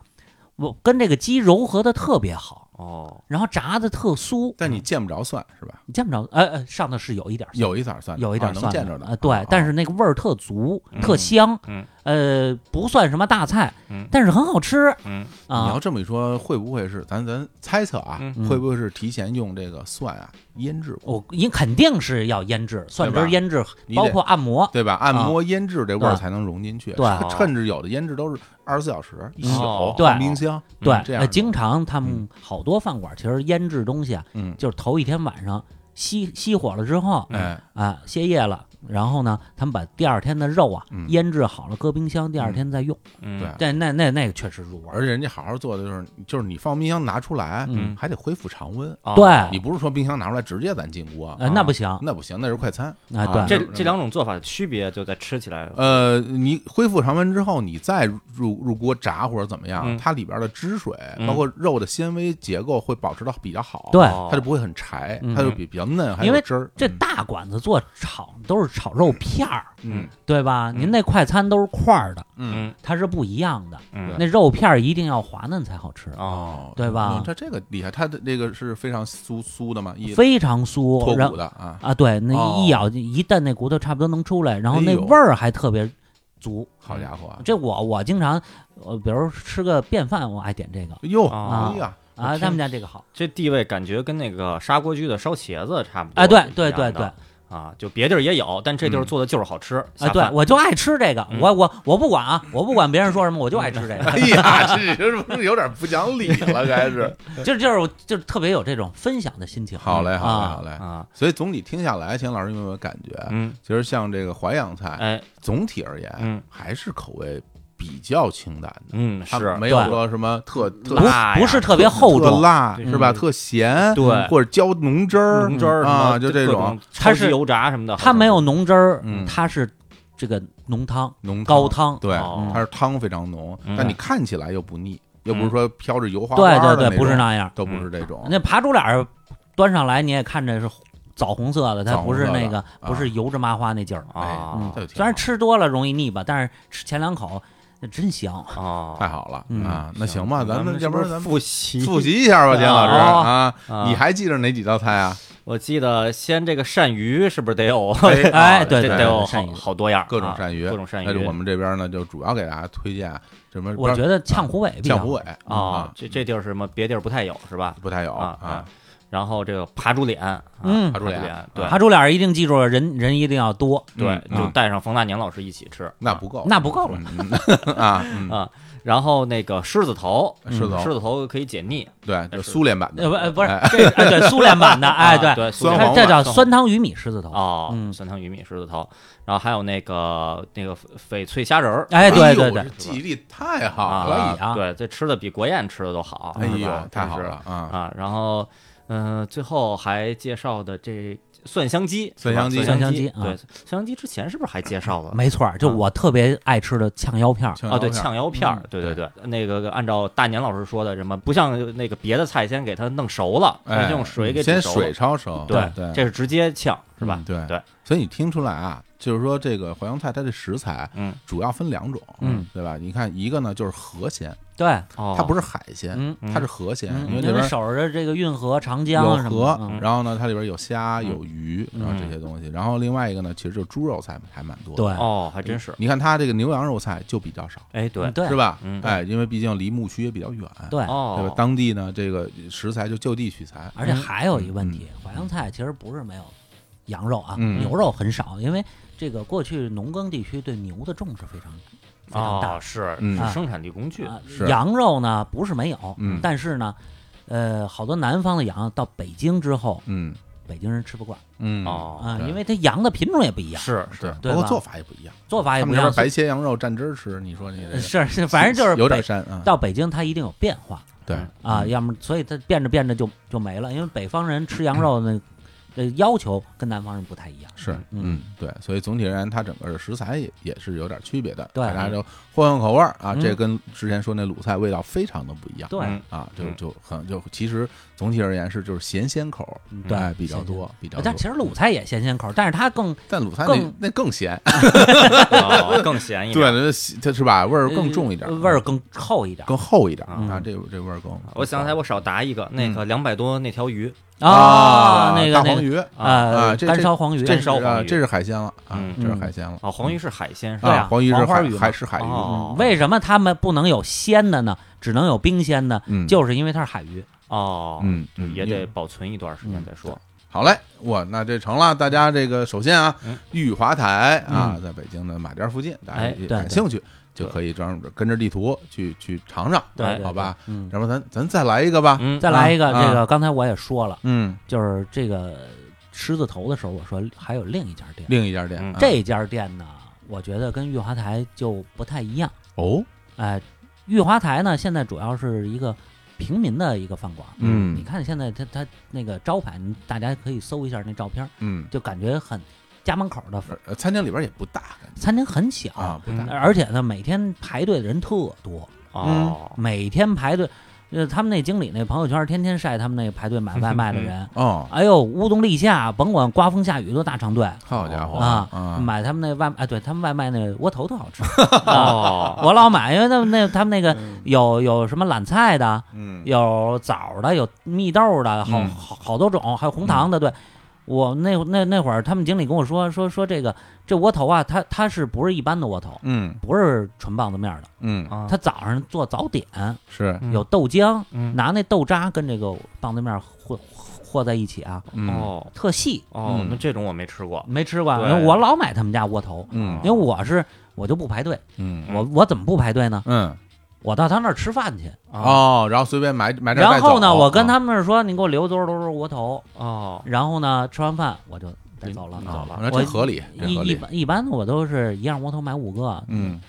我跟这个鸡柔合的特别好，哦，然后炸的特酥。但你见不着蒜是吧？你见不着，呃呃，上头是有一点儿蒜，有一点蒜，有一点啊儿能蒜见着的的啊，对，但是那个味儿特足，特香，嗯呃，不算什么大菜嗯，但是很好吃嗯，你要啊。这么一说，会不会是咱咱猜测啊嗯？会不会是提前用这个蒜啊腌制过，我因肯定是要腌制，蒜对汁吧腌制，你得嗯包括按摩，对吧？按摩腌制这味儿啊对才能融进去。对甚甚至有的腌制都是二十四小时，一哦宿对冰箱，对嗯这，样的呃经常他们好多饭馆其实腌制东西啊，嗯，就是头一天晚上熄熄火了之后哎，啊，歇业了，然后呢，他们把第二天的肉啊嗯啊腌制好了，搁冰箱，第二天再用。嗯对，但那那那个确实入味而儿，且人家好好做的就是，就是你放冰箱拿出来，嗯还得恢复常温。哦对你不是说冰箱拿出来直接咱进锅，呃，那不行啊，那不行，那是快餐。对，啊这这两种做法的区别就在吃起来，呃，你恢复常温之后，你再入入锅炸或者怎么样，嗯它里边的汁水、嗯包括肉的纤维结构会保持的比较好，对哦它就不会很柴，嗯它就比比较嫩，还因有为汁儿。这大馆子做炒都是炒肉片儿，嗯对吧？嗯您那快餐都是块儿的，嗯它是不一样的。嗯那肉片儿一定要滑嫩才好吃，哦，对吧嗯它这个厉害，它的这个是非常酥酥的嘛，一非常酥，脱然骨的啊，啊，对，那哦一咬一旦那骨头差不多能出来，然后哎那呦味儿还特别足。好家伙，这我我经常，呃，比如吃个便饭，我爱点这个哟，啊哎呀， 我啊，听他们家这个好。这地位感觉跟那个砂锅居的烧茄子差不多。哎，对对对对，啊，就别地儿也有，但这地儿嗯做的就是好吃。啊，下对饭，我就爱吃这个，嗯我我我不管啊，我不管别人说什么，我就爱吃这 个，哎呀，这是不是有点不讲理了？该嗯是就就是就是特别有这种分享的心情。好嘞，好嘞，啊好嘞。啊，所以总体听下来，钱老师有没有感觉？嗯，其实像这个淮扬菜，哎，总体而言嗯还是口味比较清淡的，嗯，它是没有对说什么特特不辣呀不是特别厚特重，辣对是吧？嗯特咸，对嗯或者浇浓汁儿浓汁儿什么啊，就这种，它它是是油炸什么的，它没有浓汁儿嗯，它是这个浓汤浓高，汤，对，嗯哦它是汤非常浓，嗯但你看起来又不腻，又不是嗯说飘着油花对花的对那种对，不是，那样。都不是这种，那扒猪脸儿端上来，你也看着是枣红色的，它枣红不是色的那个啊不是油芝麻花那劲儿。哎啊这就挺虽然好吃多了容易腻吧，但是吃前两口那真香。啊，太好了嗯啊，那行吧，咱们要不然咱们复习复习一下吧，啊钱老师哦啊，啊你还记着哪几道菜啊？我记得先这个鳝鱼是不是得有？ 啊哎对这对得有鳝鱼好好多样儿，各种啊鳝鱼，哎各种鳝鱼。那就我们这边呢，就主要给大家推荐啊什么？我觉得炝虎尾比较哦酱虎尾嗯啊啊啊，这这地儿是什么别地儿不太有是吧？不太有啊啊，然后这个扒猪脸，啊嗯扒猪扒猪脸脸，啊对扒猪脸儿一定记住了，人人一定要多，对，嗯就啊带上冯大年老师一起吃，那不够，那不够了。嗯嗯 啊，嗯啊。然后那个狮子头，狮子头狮子头可以解腻，对，就苏联版的嗯呃不呃不是，这是哎对苏联版的，哎啊对，对，酸它黄这版叫酸酸汤鱼米狮子头，哦，嗯酸汤鱼米狮子头，然后还有那个那个翡翡翠虾仁儿，哎对对呦对这，记忆力太好可了，以啊，对，这吃的比国宴吃的都好，哎是吧呦，太好真是了啊！啊！然后，嗯、最后还介绍的这蒜香鸡，蒜香鸡是吧蒜蒜香鸡，鸡啊对，蒜香鸡之前是不是还介绍了？没错儿，就啊我特别爱吃的哦呛腰片儿，呛啊，对，腰片儿呛腰片儿，嗯对对对，那个按照大年老师说的，什么不像那个别的菜，先给它弄熟了，哎，先用水给煮先熟水了焯熟，对对，嗯这是直接呛，是吧？对对，所以你听出来啊，就是说这个淮扬菜它的食材嗯，主要分两种，嗯，对吧？你看一个呢就是河鲜，对，哦，它不是海鲜，嗯，它是河鲜，因嗯为因这为边。守着这个运河、有长江什么河的，嗯，然后呢，它里边有虾、嗯有鱼，然后这些东西。然后另外一个呢，其实就猪肉菜还蛮多的。对，哦，还真是，你看它这个牛羊肉菜就比较少，哎，对嗯，对是吧嗯？哎，因为毕竟离牧区也比较远，对，哦，对吧？当地呢，这个食材就就地取材，嗯而且还有一个问题，淮扬菜其实不是没有羊肉啊，嗯牛肉很少，因为这个过去农耕地区对牛的重视非常非常哦大，是嗯是生产力工具，啊是羊肉呢不是没有嗯，但是呢，呃，好多南方的羊到北京之后，嗯北京人吃不惯嗯哦，啊，对因为它羊的品种也不一样，是对是，，对包括吧做法也不一样，做法也他不们一这样呃边，白切羊肉蘸汁儿吃，你说你这个是是，反正就是有北点膻啊。到北京它一定有变化对嗯啊，要么所以它变着变着就就没了，因为北方人吃羊肉呢，呃，要求跟南方人不太一样。是嗯嗯对，所以总体而言，它整个的食材也也是有点区别的，对大家就换换口味儿啊，嗯这跟之前说那鲁菜味道非常的不一样。对，嗯啊，就嗯就很就其实总体而言是就是咸鲜口儿，嗯对哎比较咸鲜多，比较呃多但。其实鲁菜也咸鲜口，但是它更但鲁菜那更那更咸，哦更咸一对点。，那咸它是吧？味儿更重一点呃，味儿更厚一点更厚一点嗯啊，这这味儿更。我想起来，我少答一个，嗯那个两百多那条鱼啊，那个大那黄个鱼，啊呃，这干这烧黄鱼，这干是烧黄啊鱼这是海鲜了啊嗯，这是海鲜了啊，黄鱼是海鲜是对吧？啊啊，黄鱼是黄花海鱼嘛海是海鱼，哦嗯为什么他们不能有鲜的呢？只能有冰鲜的，嗯就是因为它是海鱼。哦，嗯嗯也因为得保存一段时间再说。好嘞，我那这成了。大家这个首先啊嗯，玉华台啊，在北京的马甸附近，大家哎也嗯对感对兴趣就可以专门跟着地图去去尝尝，对对哎好吧？嗯，要不咱咱再来一个吧？嗯，再来一个，啊这个刚才我也说了，嗯，就是这个狮子头的时候，我说还有另一家店，另一家店嗯啊这家店呢，我觉得跟玉华台就不太一样。哦，哎，玉华台呢，现在主要是一个平民的一个饭馆。嗯你看现在它它那个招牌，你大家可以搜一下那照片儿，嗯，就感觉很家门口的呃餐厅里边也不大感觉餐厅很小，啊，不嗯大，而且呢，每天排队的人特多，哦，每天排队。呃，他们那经理那朋友圈天天晒他们那个排队买外卖的人，哦，哎呦，乌冬立夏，甭管刮风下雨都大长队好家伙啊！啊，买他们那外哎，对他们外卖那窝头特好 吃，哦，我老买，因为他们那他们那个有有什么榄菜的，嗯，有枣儿的，有蜜豆儿的，好嗯好好多种，还有红糖的。对，我那那那会儿，他们经理跟我说说说这个这窝头啊，它它是不是一般的窝头？嗯不是纯棒子面儿的，嗯，啊他早上做早点是，嗯有豆浆，嗯拿那豆渣跟这个棒子面儿和和在一起啊，嗯哦特细。哦，嗯那这种我没吃过。没吃过，啊对我老买他们家窝头，嗯因为我是我就不排队，嗯我我怎么不排队呢？嗯，我到他那儿吃饭去，哦，然后随便买买点儿带然走，后呢，我跟啊他们那儿说，你给我留多少多少多少窝头， 哦，然后呢，吃完饭我就带走了，嗯走哦那了。这我合理，这一合一理，般一般的我都是一样窝头买五个，嗯，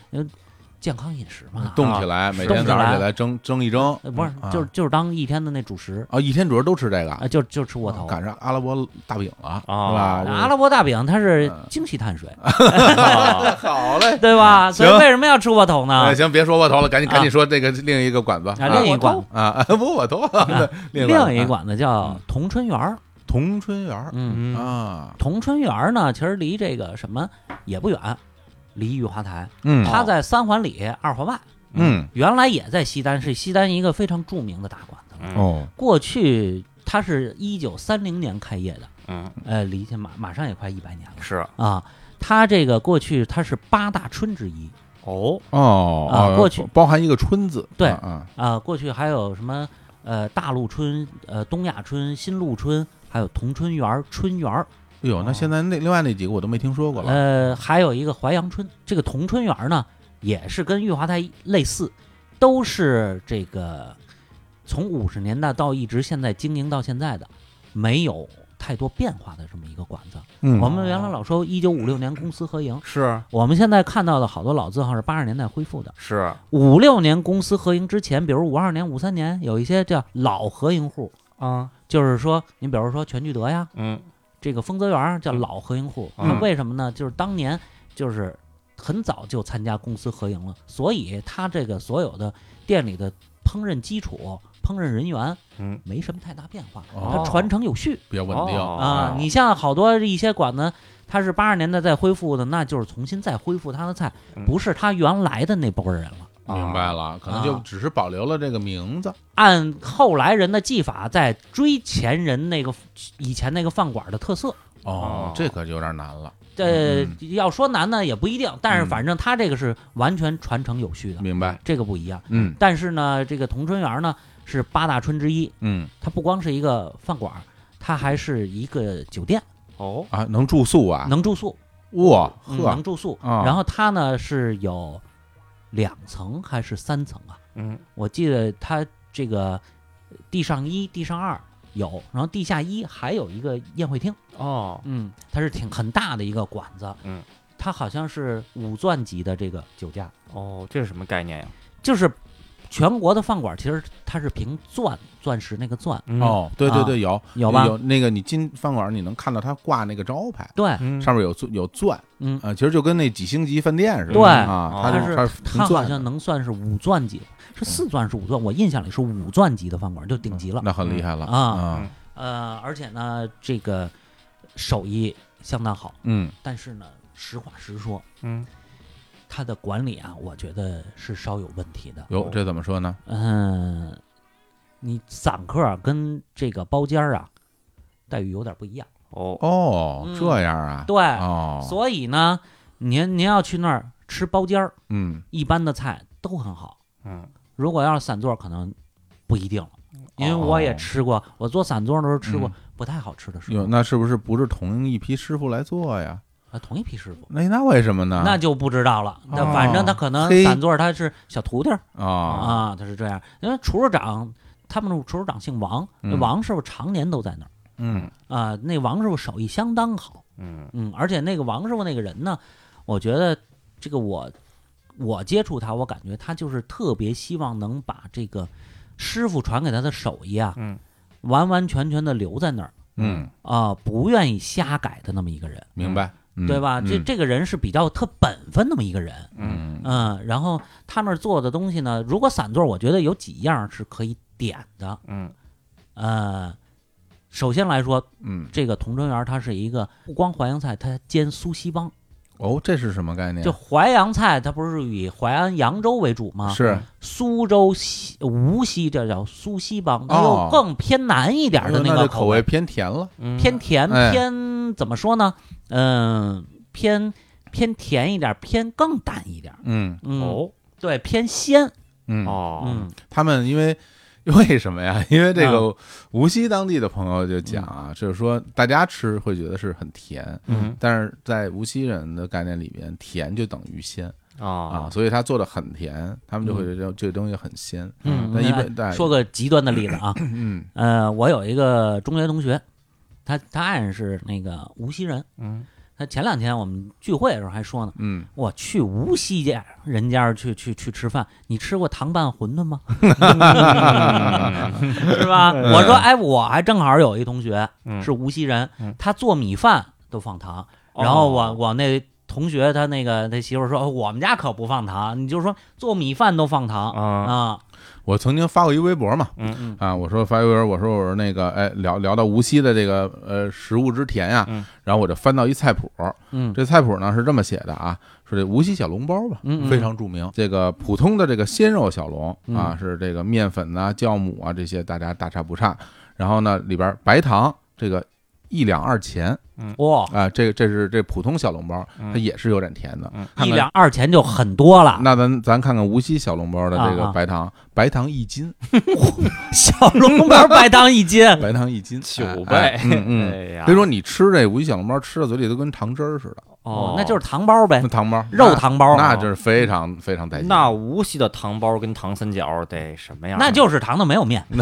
健康饮食嘛，动起来，每啊动天起早上来起来蒸蒸一蒸，呃不是啊就是就是当一天的那主食啊，一天主要都吃这个啊，就就吃窝哦头。啊赶上阿拉伯大饼了，哦是吧？阿拉伯大饼它是嗯精细碳水，哦好嘞， 对吧？所以行为什么要吃窝头呢哎，？行，别说窝头了，赶紧啊赶紧说这个另一个馆子，啊，另一馆啊，窝窝头，对啊另一个馆子馆子叫同春园儿，啊同春园儿嗯，嗯啊，同春园儿呢，其实离这个什么也不远，离玉华台，嗯它在三环里二环外。嗯原来也在西单，是西单一个非常著名的大馆子。嗯哦，过去它是一九三零年开业的，嗯呃，离现马马上也快一百年了是啊。它这个过去它是八大春之一哦哦啊哦过去包含一个春字，对啊，啊，过去还有什么呃大陆春、呃东亚春、新陆春，还有同春园、春园，哎呦，那现在那另外那几个我都没听说过了。呃，还有一个淮阳春。这个同春园呢，也是跟玉华太类似，都是这个从五十年代到一直现在经营到现在的，没有太多变化的这么一个馆子。嗯我们原来老说一九五六年公私合营，是我们现在看到的好多老字号是八十年代恢复的。是，啊五六年公私合营之前，比如五二年、五三年，有一些叫老合营户，啊，就是说，你比如说全聚德呀，嗯这个丰泽园儿叫老合营户，嗯那为什么呢？就是当年就是很早就参加公司合营了，所以他这个所有的店里的烹饪基础、烹饪人员嗯，没什么太大变化，哦它传承有序比较稳定。哎哦啊。你像好多一些馆子，它是八十年代再恢复的，那就是重新再恢复它的菜嗯，不是他原来的那波人了。明白了，可能啊就只是保留了这个名字。按后来人的技法，在追前人那个以前那个饭馆的特色，哦，这可就有点难了，这嗯呃要说难呢也不一定，但是嗯反正它这个是完全传承有序的，明白？这个不一样。嗯但是呢，这个同春园呢是八大春之一，嗯它不光是一个饭馆儿，它还是一个酒店，哦，啊，能住宿啊？能住宿，哇嗯呵能，住宿。啊然后它呢是有两层还是三层啊？嗯我记得它这个地上一、地上二有，然后地下一还有一个宴会厅。哦，嗯，它是挺很大的一个馆子，嗯，它好像是五钻级的这个酒架，哦，这是什么概念呀？就是全国的饭馆其实它是凭钻钻石那个钻，嗯，哦，对对对，有啊有吧？有那个你进饭馆，你能看到他挂那个招牌，对，嗯上面有钻有钻嗯，啊，其实就跟那几星级饭店似的。对啊，它哦是它是它钻的嗯好像能算是五钻级，是四钻是五钻，我印象里是五钻级的饭馆就顶级了。那很厉害了啊嗯啊，呃，而且呢，这个手艺相当好，嗯但是呢，实话实说，嗯它的管理啊，我觉得是稍有问题的。哟，这怎么说呢？嗯，你散客儿跟这个包间儿啊，待遇有点不一样。哦哦，嗯这样啊，对，哦，所以呢，您您要去那儿吃包间儿，嗯，一般的菜都很好。嗯如果要是散座儿，可能不一定了，因为我也吃过，我做散座儿的时候吃过嗯不太好吃的师哟，傅，那是不是不是同一批师傅来做呀？啊，同一批师傅。那那为什么呢？那就不知道了，那哦反正他可能嘿散座儿他是小徒弟儿啊，啊，他是这样。因为厨师长，他们的厨师长姓王，那嗯王师傅常年都在那儿嗯啊。那王师傅手艺相当好，嗯嗯，而且那个王师傅那个人呢，我觉得这个我我接触他，我感觉他就是特别希望能把这个师傅传给他的手艺啊，嗯，完完全全的留在那儿嗯，啊、不愿意瞎改的那么一个人，明白，嗯对吧？这嗯这个人是比较特本分那么一个人，嗯嗯，然后他那儿做的东西呢，如果散座，我觉得有几样是可以点的，嗯呃。首先来说，嗯，这个同春园它是一个不光淮扬菜，它兼苏锡帮，哦，这是什么概念？就淮扬菜，它不是以淮安、扬州为主吗？是苏州西、无锡，这叫苏锡帮，它哦呃又更偏南一点的嗯那个这口口味，偏甜了，嗯，偏甜，哎偏怎么说呢？嗯，偏偏甜一点，偏更淡一点。嗯嗯，哦对，偏鲜。嗯，哦，嗯，他们因为。 为什么呀？因为这个无锡当地的朋友就讲嗯啊，就是说大家吃会觉得是很甜，嗯但是在无锡人的概念里边，甜就等于鲜哦啊，啊所以他做的很甜，他们就会觉得这个东西很鲜。嗯，但一哎般但说个极端的例子啊，嗯呃，我有一个中学同学，他他爱人是那个无锡人，嗯他前两天我们聚会的时候还说呢。嗯，我去无锡家人家去去去吃饭，你吃过糖拌馄饨吗？ 是吧？我说，哎，我还正好有一同学嗯是无锡人嗯，他做米饭都放糖。哦然后我我那同学他那个他媳妇说，哦我们家可不放糖，你就说做米饭都放糖啊啊，我曾经发过一微博嘛，嗯嗯啊，我说发微博，我说我说那个，哎，聊聊到无锡的这个呃食物之甜呀、嗯然后我就翻到一菜谱，嗯这菜谱呢是这么写的啊，说这无锡小笼包吧，嗯嗯非常著名。这个普通的这个鲜肉小笼啊，嗯是这个面粉呐、酵母啊这些大家大差不差，然后呢里边白糖这个一两二钱，哇、啊，这个这是这普通小笼包，嗯它也是有点甜的嗯。看看一嗯两二钱就很多了。那咱咱看看无锡小笼包的这啊个啊白糖，白糖一斤，小笼包白糖一 斤，白糖一 斤，九哎倍哎嗯嗯。哎呀，所以说你吃这无锡小笼包，吃到嘴里都跟糖汁儿似的，哦，那就是糖包呗那，糖包肉糖包，啊那就是非常非常带劲。那无锡的糖包跟糖三角得什么样？啊那就是糖的没有面。嗯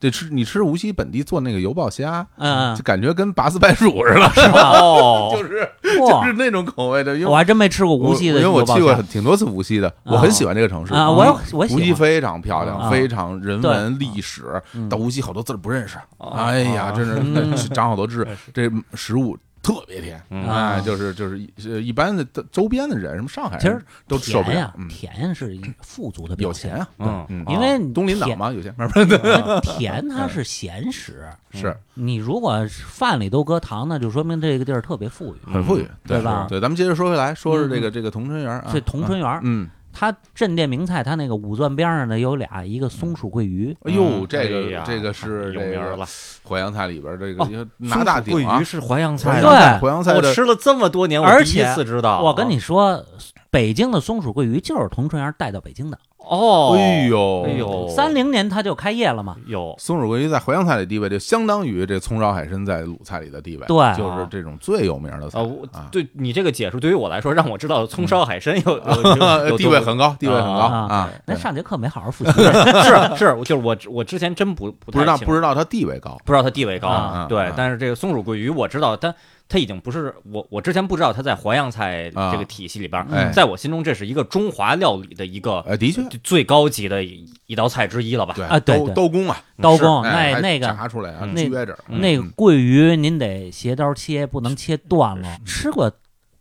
得吃你吃无锡本地做那个油爆虾，嗯，就感觉跟拔丝白薯似的， 是吧？哦，嗯 就是 哇就是，那种口味的。因为我还真没吃过无锡的因为我油爆去过虾挺多次无锡的，我很喜欢这个城市嗯啊，我也我无喜锡欢。非常漂啊亮，非常人文对历史。嗯啊到无锡好多字儿不认识，哦哎呀，哦真是嗯那 长好多痣。这食物特别甜，嗯哎，就是就是一呃一般的周边的人，什么上海其人实都受不甜了呀。，嗯，甜是一个富足的表有现钱，啊，嗯嗯，因为你东林岛甜嘛，有钱慢慢的 甜它是咸食，是你如果饭里都搁糖呢，就说明这个地儿特别富裕。很富裕，嗯对吧对，咱们接着说回来，说说这嗯个这个同春园啊，这同春园儿，嗯，它镇店名菜，它那个五钻边上呢有俩，一个松鼠桂鱼，哎呦，嗯这哎个呀这个是有这名儿个了，淮扬菜里边儿这哦个拿大桂顶啊鱼，是淮扬菜对哦的，淮扬菜我的吃了这么多年，我而第一且次知啊道。啊我跟你说，北京的松鼠桂鱼就是同春园带到北京的。哦，哎呦哎呦，三零年它就开业了嘛。有松鼠桂鱼在淮扬菜里地位，就相当于这葱烧海参在鲁菜里的地位，对啊就是这种最有名的菜啊，我啊，对你这个解释对于我来说，让我知道葱烧海参 有有有地位很高，地位很高啊啊。那对上节课没好 好复习，是是，我就是我我之前真不不不太知道清不知道它地位高，不知道它地位高，啊对，啊但是这个松鼠桂鱼我知道它它已经不是我我之前不知道它在淮扬菜啊这个体系里边，哎在我心中这是一个中华料理的一个呃，的确，最高级的一一道菜之一了吧？对啊对刀对刀工啊，刀工是那哎还那个炸出来啊，嗯撅着嗯那个桂鱼您得斜刀切，不能切断了。吃过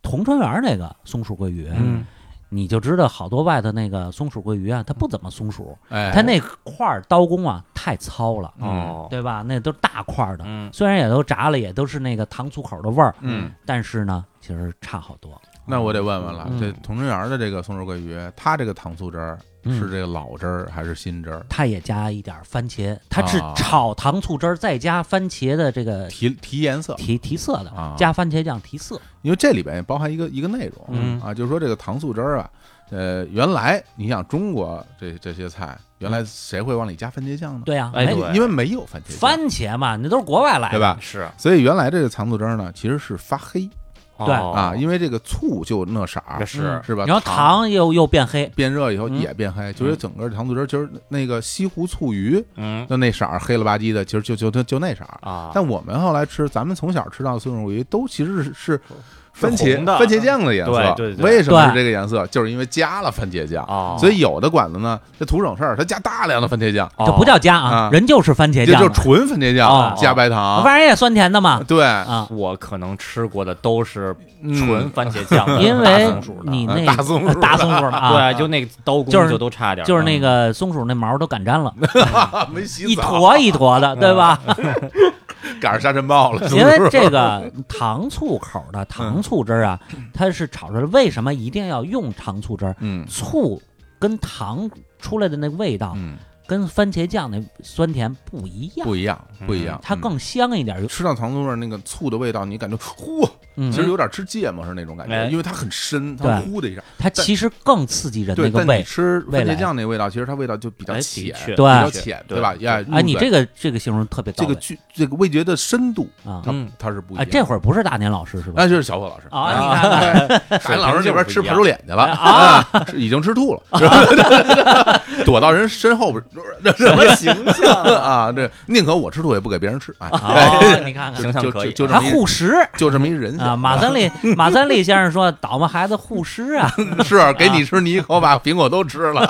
同春园那个松鼠桂鱼，嗯，你就知道好多外头那个松鼠桂鱼啊，它不怎么松鼠，哎，它那块儿刀工啊太糙了，哦，对吧？那都是大块儿的，嗯，虽然也都炸了，也都是那个糖醋口的味儿，嗯，但是呢，其实差好多。那我得问问了嗯，这同春园的这个松鼠桂鱼，它这个糖醋汁儿嗯是这个老汁儿还是新汁儿？它也加一点番茄，它是啊炒糖醋汁儿，再加番茄的这个提提颜色，提提色的，啊加番茄酱提色。因为这里边也包含一个一个内容，嗯啊，就是说这个糖醋汁儿啊，呃，原来你想中国这这些菜，原来谁会往里加番茄酱呢？对哎呀、哎没对因为没有番茄酱，番茄嘛，那都是国外来的，对？吧？嗯是所以原来这个糖醋汁儿呢，其实是发黑对哦啊，因为这个醋就那色儿也，是是吧？嗯然后糖糖又又变黑，变热以后嗯也变黑，就是整个糖醋汁儿，就是那个西湖醋鱼嗯的那色儿，黑了吧唧的，其实就就就就那色儿。啊，但我们后来吃，咱们从小吃到的松鼠桂鱼都其实是是是番茄红的番茄酱的颜色。对对对为什么是这个颜色？就是因为加了番茄酱。哦所以有的馆子呢，这图省事儿，它加大量的番茄酱，哦这不叫加啊，啊人就是番茄就酱就嘛，纯番茄哦酱加白糖。反正也酸甜 的嘛对，啊，哦我可能吃过的都是嗯纯番茄酱的嗯因大为松鼠的你呃那大松鼠大松鼠的啊， 对，就那个刀工就是就都差点儿，就是那个松鼠那毛都擀粘了，没洗澡，一坨一坨的，对吧？赶上沙尘暴了，是因不为是？这个糖醋口的糖醋汁儿啊，它是炒出来。为什么一定要用糖醋汁儿？嗯醋跟糖出来的那味道，嗯，跟番茄酱那酸甜不一样，不一样，不一样，它嗯更香一点儿。吃到糖醋味儿那个醋的味道，你感觉呼，嗯其，实有点吃芥末是那种感觉哎，因为它很深，它对呼的一下。它其实更刺激人对，呃那个但你味。吃番味茄蕾酱那味道，其实它味道就比较哎的浅，确比对较的确浅，对对吧？哎，哎，你入嘴这个这个形容特别到这个位剧这个味觉的深度，啊它嗯它是不一啊！样。这会儿不是大年老师是吧那？就是小伙老师啊哎你 看海老师那边吃排骨脸去了啊，是已经吃吐了，躲到人身后边，什么形象啊？这宁可我吃吐，也不给别人吃。哎，哦，你看看形，象就可就以就这还么一护食就这么一人 啊！性，马三立马三立先生说：“倒霉孩子护食 啊是给你吃，你一口把苹果都吃了。！”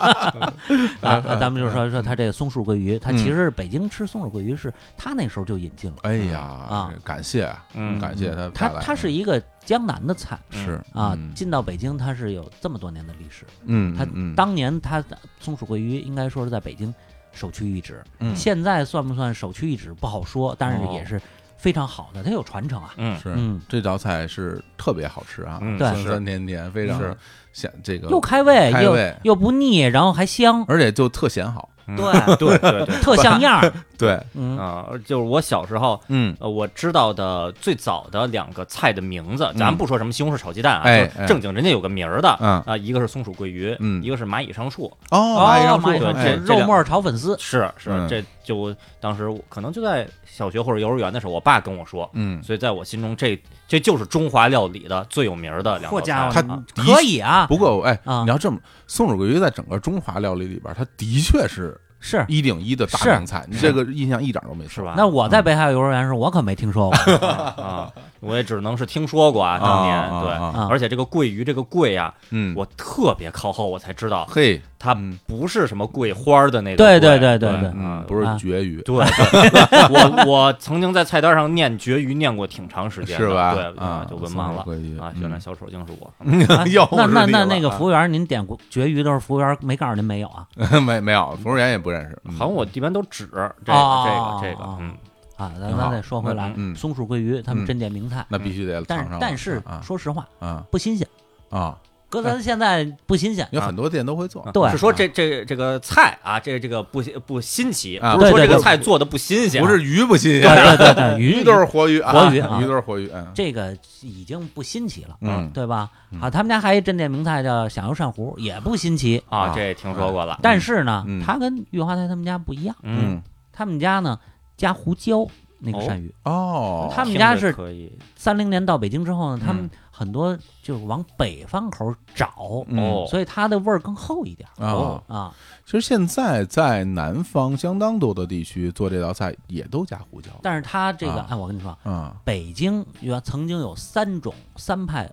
啊，啊咱们就说说他这个松鼠桂鱼，他嗯其实北京吃松鼠桂鱼是他那时候就引进了。 哎呀，感谢啊，嗯感谢他它带来，它是一个江南的菜是啊嗯，进到北京它是有这么多年的历史。嗯，它嗯当年它松鼠桂鱼应该说是在北京首屈一指，嗯现在算不算首屈一指不好说，但是哦也是非常好的，它有传承啊。嗯是嗯，这道菜是特别好吃啊，嗯对酸酸甜甜，非常是咸这个又开胃开又胃，嗯又不腻，然后还香。而且就特咸好。对对 对对特像 样儿。对，嗯，啊、就是我小时候。嗯，呃，我知道的最早的两个菜的名字，咱不说什么西红柿炒鸡蛋啊，嗯哎就是正经人家有个名儿的，嗯啊、一个是松鼠桂鱼，嗯一个是蚂蚁上树，哦，蚂蚁上蚂蚁树，上哎这树，肉末儿炒粉丝，是是，嗯这就当时我可能就在小学或者幼儿园的时候，我爸跟我说，嗯，所以在我心中这这就是中华料理的最有名儿的两好道家菜伙，它嗯的可以啊，不过哎，啊你要这么，松鼠桂鱼在整个中华料理里边，它的确是是。一顶一的大是名菜，你这个印象一点都没是错。吧？那我嗯在北海幼儿园时，候，我可没听说 过。啊，我也只能是听说过啊，当年啊对。啊啊啊而且这个桂鱼，这个桂啊，嗯，我特别靠后我才知道，嘿，它嗯不是什么桂花儿的那种对桂。对对对对嗯嗯，，不是啊绝 鱼，对，对我我曾经在菜单上念绝鱼念过挺长时间的，是吧？对啊，就文盲了松鼠桂鱼啊！原来小丑竟是我，嗯 又啊那那是你那了那个啊嗯服务员，您点过绝鱼的时候，服务员没告诉您没有啊？ 没没有，服务员也不认识，嗯好像我一般都指这哦个这个这个，嗯，啊，咱挺好咱再说回来那嗯，松鼠桂鱼他们真点名菜，那必须得尝但尝是了但是啊说实话啊不新鲜，啊，搁咱现在不新 鲜。有很多店都会做啊，对是说这这这个菜啊，这这个不新不新奇，啊不是说对对这个对菜做的不新鲜，不是鱼不新对鲜，对对对， 鱼鱼都是活鱼啊，活鱼啊鱼都是活鱼，嗯这个已经不新奇了，嗯对吧嗯？啊，他们家还有一镇店名菜叫响油鳝糊，也不新奇，啊啊，这听说过了，但是呢嗯，它跟裕华台他们家不一样，嗯，他们家呢加胡椒那个鳝鱼。哦，他们家听着是可以三零年到北京之后呢，他们嗯很多就是往北方口找，嗯哦，所以它的味儿更厚一点儿哦，啊。其实现在在南方相当多的地区做这道菜也都加胡椒，但是它这个，啊哎，我跟你说，啊北京原曾经有三种三派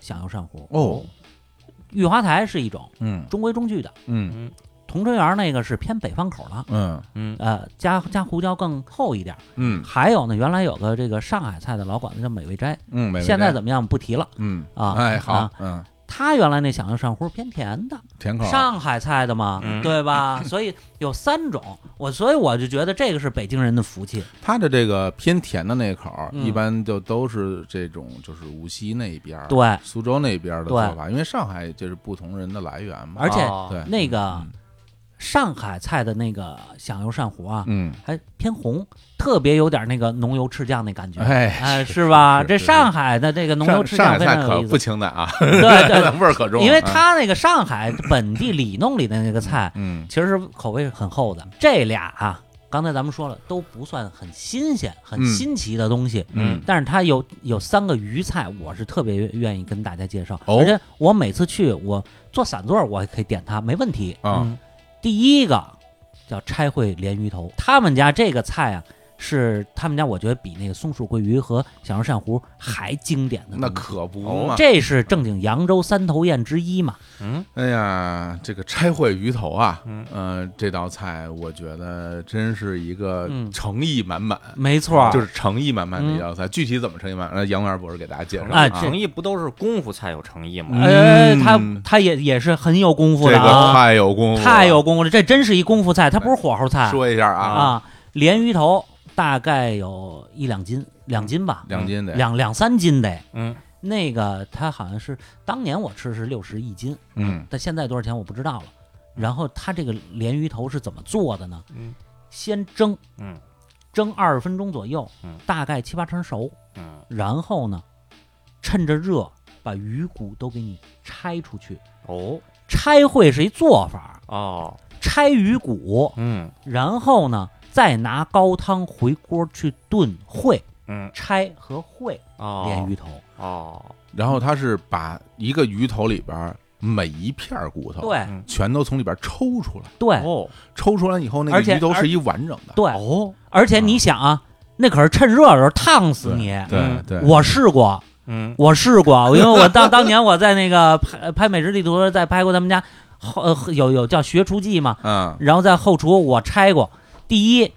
响油鳝糊，哦，裕华台是一种嗯中规中矩的，嗯嗯同春园那个是偏北方口了。嗯嗯呃，加加胡椒更厚一点儿。嗯还有呢，原来有个这个上海菜的老馆子叫美味斋，嗯，没问题现在怎么样不提了。嗯啊哎好啊，嗯，他原来那响油鳝糊偏甜的，甜口儿，上海菜的嘛，嗯对吧？所以有三种，我所以我就觉得这个是北京人的福气。它的这个偏甜的那口儿，嗯一般就都是这种，就是无锡那边儿、对，苏州那边儿的对做法，因为上海这是不同人的来源嘛。而且哦对那个嗯上海菜的那个响油鳝糊啊，嗯，还偏红，特别有点那个浓油赤酱那感觉。哎哎，是吧？是这是上海的这个浓油上赤上酱海菜非常可有意不思，清淡啊，对 对，味儿可重，对因为啊它那个上海本地里弄里的那个菜，嗯其实是口味很厚的。这俩啊，刚才咱们说了，都不算很新鲜、很嗯新奇的东西，嗯但是它有有三个鱼菜，我是特别愿意跟大家介绍，哦而且我每次去我做散座，我也可以点它，没问题。啊嗯第一个叫拆烩鲢鱼头，他们家这个菜啊。是他们家，我觉得比那个松鼠桂鱼和小肉鳝糊还经典的。那，可不嘛。嗯这是正经扬州三头宴之一嘛？嗯哎呀，这个拆烩鱼头啊，嗯呃，这道菜我觉得真是一个嗯诚意满满，没错，就是诚意满满的一道菜。具体怎么诚意满满，那杨元博士给大家介绍哎啊诚意不都是功夫菜有诚意吗？呃，嗯他他也也是很有功夫这的个啊，太有功夫了，太有功夫了，这真是一功夫菜，它不是火候菜说一下啊，啊。鲢鱼头大概有一两斤，两斤吧，两斤得，两两三斤得。嗯那个它好像是当年我吃是六十一斤，嗯但现在多少钱我不知道了。然后它这个鲢鱼头是怎么做的呢？嗯先蒸，嗯蒸二十分钟左右嗯，大概七八成熟，嗯，然后呢，趁着热把鱼骨都给你拆出去。哦拆烩是一做法，哦，拆鱼骨，嗯然后呢再拿高汤回锅去炖烩，嗯拆和烩哦，鲢鱼头。哦，然后他是把一个鱼头里边儿每一片儿骨头，，对嗯全都从里边儿抽出来，对哦抽出来以后那而个且鱼头是一完整的，对，哦，而且你想啊，那可是趁热的时候烫死你。对对嗯对，我试过，嗯我试过，因为我当当年我在那个拍拍美食地图，在拍过他们家后呃有有叫学厨记嘛，嗯然后在后厨我拆过。第一，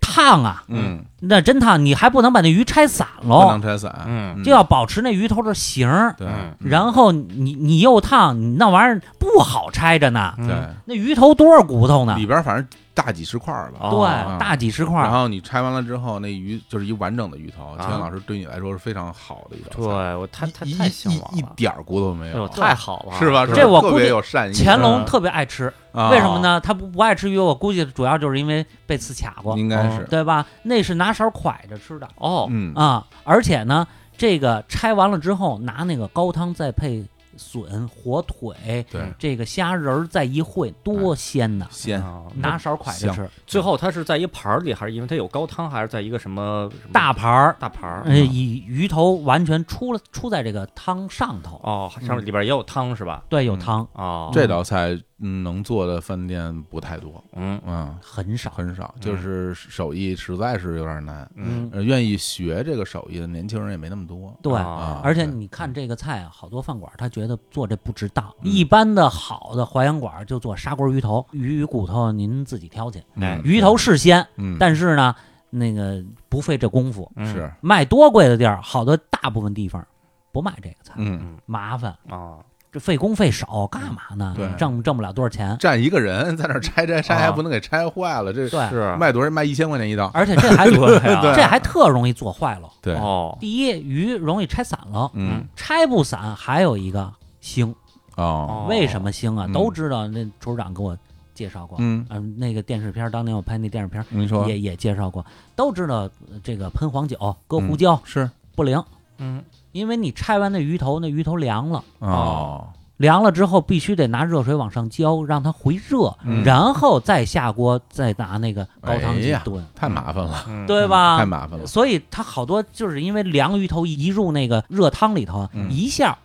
烫啊，嗯，那真烫，你还不能把那鱼拆散不喽能，拆散，嗯哦就要保持那鱼头的形儿。对，嗯然后你你又烫，你那玩意儿不好拆着呢。对嗯那鱼头多少骨头呢里？边儿反正大几十块儿吧。哦对，大几十块嗯然儿，后你拆完了之后，那鱼就是一完整的鱼头。青阳老师对你来说是非常好的一道啊对菜，我太太一太向往一一一了，点儿骨头没哎有呦，，太好了，是吧？对是吧我特估别计有善意。乾隆嗯特别爱吃，啊为什么？呢？他不不爱吃鱼，我估计主要就是因为被刺卡过，啊应该是，对吧？那是拿勺蒯着吃的哦，嗯啊，而且呢，这个拆完了之后，拿那个高汤再配笋、火腿，对，这个虾仁儿再一烩，多鲜呐！鲜啊拿勺蒯着吃，最后它是在一盘儿里，还是因为它有高汤，还是在一个什么什么大盘儿，大盘儿？呃，以鱼头完全出了出在这个汤上头，哦，上面里边也有汤是吧？对，有嗯汤哦，这道菜嗯能做的饭店不太多，嗯嗯，很少，很少，就是手艺实在是有点难。嗯，呃愿意学这个手艺的年轻人也没那么多。嗯对。啊而且对你看这个菜啊，好多饭馆他觉得做这不值当。嗯一般的好的淮扬馆就做砂锅鱼头，鱼与骨头您自己挑去。哎嗯鱼头，是鲜，嗯，但是呢，那个不费这功夫。嗯是，卖多贵的地儿，好多大部分地方不卖这个菜，嗯，麻烦，啊，这费工费少，干嘛呢？对挣挣不了多少钱。站一个人在那儿拆拆拆，啊还不能给拆坏了，这对，是啊卖多少人卖一千块钱一道？而且这还 对啊这还特容易做坏了。对，哦，第一，鱼容易拆散了，嗯，拆不散，还有一个腥。哦，哦为什么腥啊？嗯都知道，那厨师长给我介绍过。嗯，嗯，那个电视片儿，当年我拍那电视片儿您说也也介绍过，都知道呃这个喷黄酒、搁嗯胡椒是不灵，嗯因为你拆完那鱼头，那鱼头凉了，哦，凉了之后必须得拿热水往上浇，让它回热，嗯然后再下锅，再拿那个高汤哎去呀炖，太麻烦了，嗯，对太吧？麻烦了。所以它好多就是因为凉鱼头一入那个热汤里头，啊嗯一下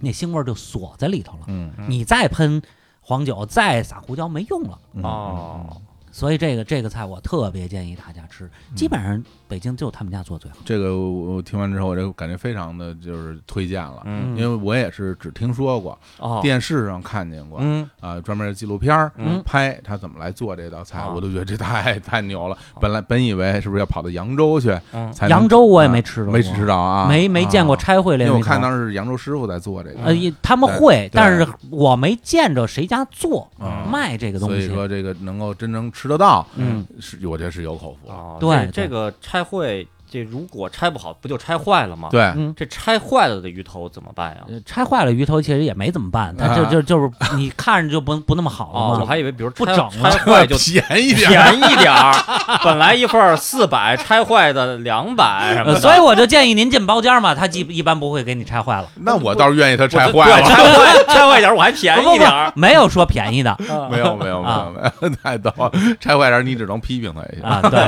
那腥味儿就锁在里头了，嗯嗯你再喷黄酒，再撒胡椒没用了。嗯哦，所以这个这个菜我特别建议大家吃，嗯基本上北京就他们家做最好。这个我我听完之后，我这感觉非常的就是推荐了，因嗯为我也是只听说过，哦，电视上看见过，嗯啊，专门纪录片儿嗯拍他怎么来做这道菜，啊我都觉得这太 太牛了。本来本以为是不是要跑到扬州去嗯才能扬州我也没吃啊着过没吃到啊，没没见过啊拆烩因类为那我种。看当时是扬州师傅在做这个，呃，也嗯他们会对，但是我没见着谁家做啊卖这个东所以西。说这个能够真正吃得到，嗯，是我觉得是有口福了。哦，对这对这个拆会，这如果拆不好，不就拆坏了吗？，对， 嗯这拆坏了的鱼头怎么办呀？呃拆坏了鱼头其实也没怎么办，它就啊就就是 你看着就不不那么好哦，了我嘛。还以为比如嗯不拆整拆了坏就便宜点儿，便宜点儿，本来一份儿四百，拆坏的两百什么呃的，所以我就建议您进包间嘛，他一一般不会给你拆坏了，那我倒是愿意他我就拆坏对了。拆坏拆坏一点儿，我还便不宜点儿不，没有说便宜 的没有没有没有没有， 太逗了！拆坏点儿你只能批评他一下，啊。对，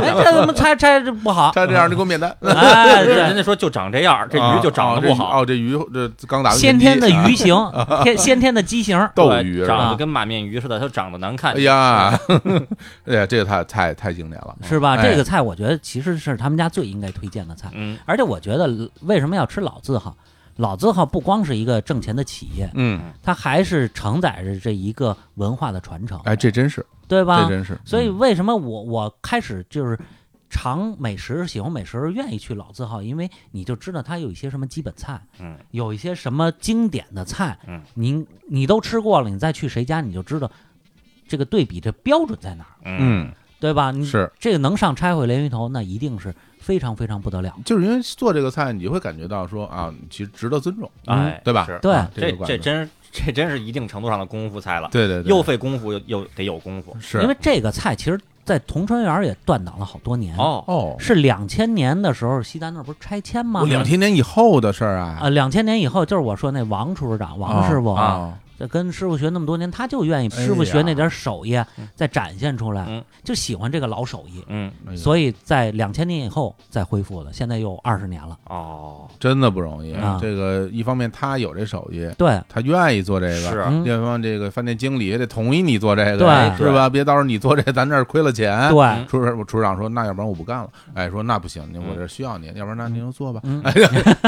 哎，这怎么拆拆这不好？他这样就给我免单。哎，对人家说就长这样，这鱼就长得不好，啊哦，这鱼这刚打先天的啊鱼形，天先天的畸形， 斗对鱼是吧长得跟马面鱼似的，它长得难看哎。呀， 哎呀，这个太太太经典了，是吧？哎这个菜我觉得其实是他们家最应该推荐的菜，嗯而且我觉得为什么要吃老字号？老字号不光是一个挣钱的企业，嗯，它还是承载着这一个文化的传承，哎，这真是，对吧这？真是，所以嗯为什么我我开始就是尝美食、喜欢美食，愿意去老字号，因为你就知道它有一些什么基本菜，嗯，有一些什么经典的菜，嗯，您你都吃过了，你再去谁家你就知道这个对比的标准在哪儿，嗯嗯，对吧？你是这个能上拆毁鲢鱼头，那一定是非常非常不得了。就是因为做这个菜，你会感觉到说啊，其实值得尊重，哎，对吧是对啊这这个这馆子真这真是一定程度上的功夫菜了，对对对，又费功夫又又得有功夫。是因为这个菜其实，在同春园儿也断档了好多年。，哦，哦，是两千年的时候，西单那儿不是拆迁吗？我哦两千年以后的事儿啊，啊，两千年以后就是我说那王厨师长王师傅哦，哦这跟师傅学那么多年，他就愿意哎呀师傅学那点手艺嗯再展现出来嗯，就喜欢这个老手艺，嗯，哎呀所以在两千年以后再恢复的，现在又二十年了。哦，真的不容易啊。这个一方面他有这手艺，对，他愿意做这个，是嗯另一方面这个饭店经理也得同意你做这个，哎对是吧？别到时候你做这个咱这儿亏了钱，对，厨师我厨师长说，那要不然我不干了。哎，说那不行，您我这需要您，要不然那您就做吧，嗯 哎，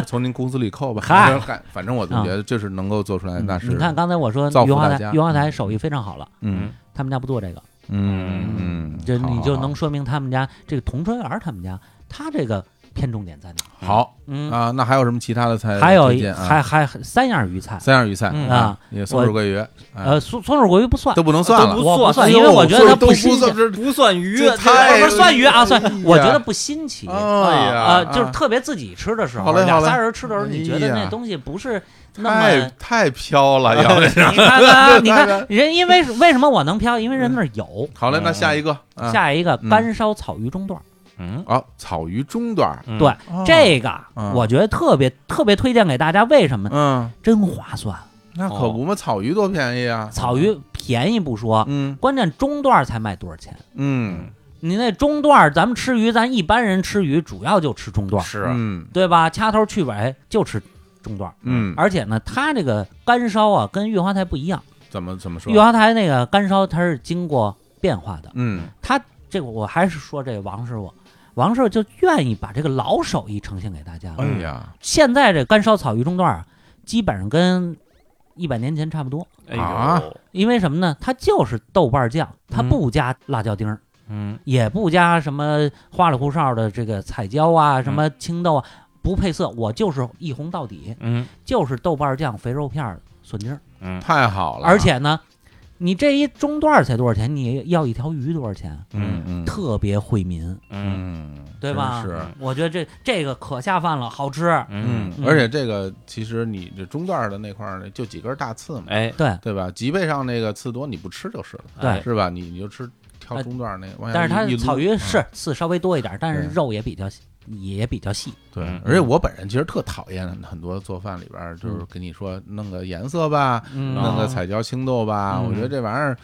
从您工资里扣吧。反嗨正反正我觉得这是能够做出来，那是嗯你看刚才我说造福云华大台家云华台手艺非常好了，嗯他们家不做这个，嗯嗯，就好你就好能说明他们家这个同春园儿他们家他这个偏重点在哪儿？好嗯，啊，那还有什么其他的菜？还有推一荐啊还还三样鱼菜，三样鱼菜嗯啊，也松鼠桂鱼，哎呃，松松鼠桂鱼不算都，不能算都了，我不不算算，因为哎呦我觉得它都不新算鲜，这不算鱼，这这太不是算鱼啊，算，我觉得不新奇。哎呀，啊，就是啊特别自己吃的时好候，嘞好俩嘞仨人吃的时候，你觉得哎那呀东西不是那 太么。太飘 了，要不你看看，啊你看人，因为为什么我能飘？因为人那儿有。嗯好嘞，那下一个，啊下一个嗯干烧草鱼中段，嗯，啊，草鱼中段儿，嗯对，哦这个嗯我觉得特别特别推荐给大家。为什么？嗯，真划算，那可不嘛，草鱼多便宜啊，草，鱼便宜不说，嗯关键中段才卖多少钱？嗯你那中段，咱们吃鱼，咱一般人吃鱼主要就吃中段，是啊嗯对吧？掐头去尾就吃中段。嗯，而且呢，它这个干烧啊，跟玉皇台不一样。怎么怎么说玉？皇台那个干烧，它是经过变化的。嗯它这个我还是说这个王师傅，王师傅就愿意把这个老手艺呈现给大家。哎呀，现在这干烧草鱼中段啊，基本上跟一百年前差不多。哎啊呦，因为什么呢？它就是豆瓣酱，它嗯不加辣椒丁儿，嗯也不加什么花里胡哨的这个彩椒啊，什么青豆啊，不配色，我就是一红到底，嗯就是豆瓣酱、肥肉片儿、笋丁儿。嗯太好了，而且呢，你这一中段儿才多少钱？你要一条鱼多少钱？嗯嗯特别惠民，嗯嗯，对吧真是。我觉得这这个可下饭了，好吃。嗯，嗯而且这个其实你这中段儿的那块儿呢，就几根大刺嘛，哎，对，对吧？脊背上那个刺多，你不吃就是了，对哎是吧？你你就吃挑中段儿那个，往下呃但一是它一撸草鱼嗯是刺稍微多一点儿，但是对肉也比较细也比较细。对嗯，而且我本人其实特讨厌很多做饭里边儿就是跟你说弄个颜色吧，嗯弄个哦彩椒青豆吧，嗯我觉得这玩意儿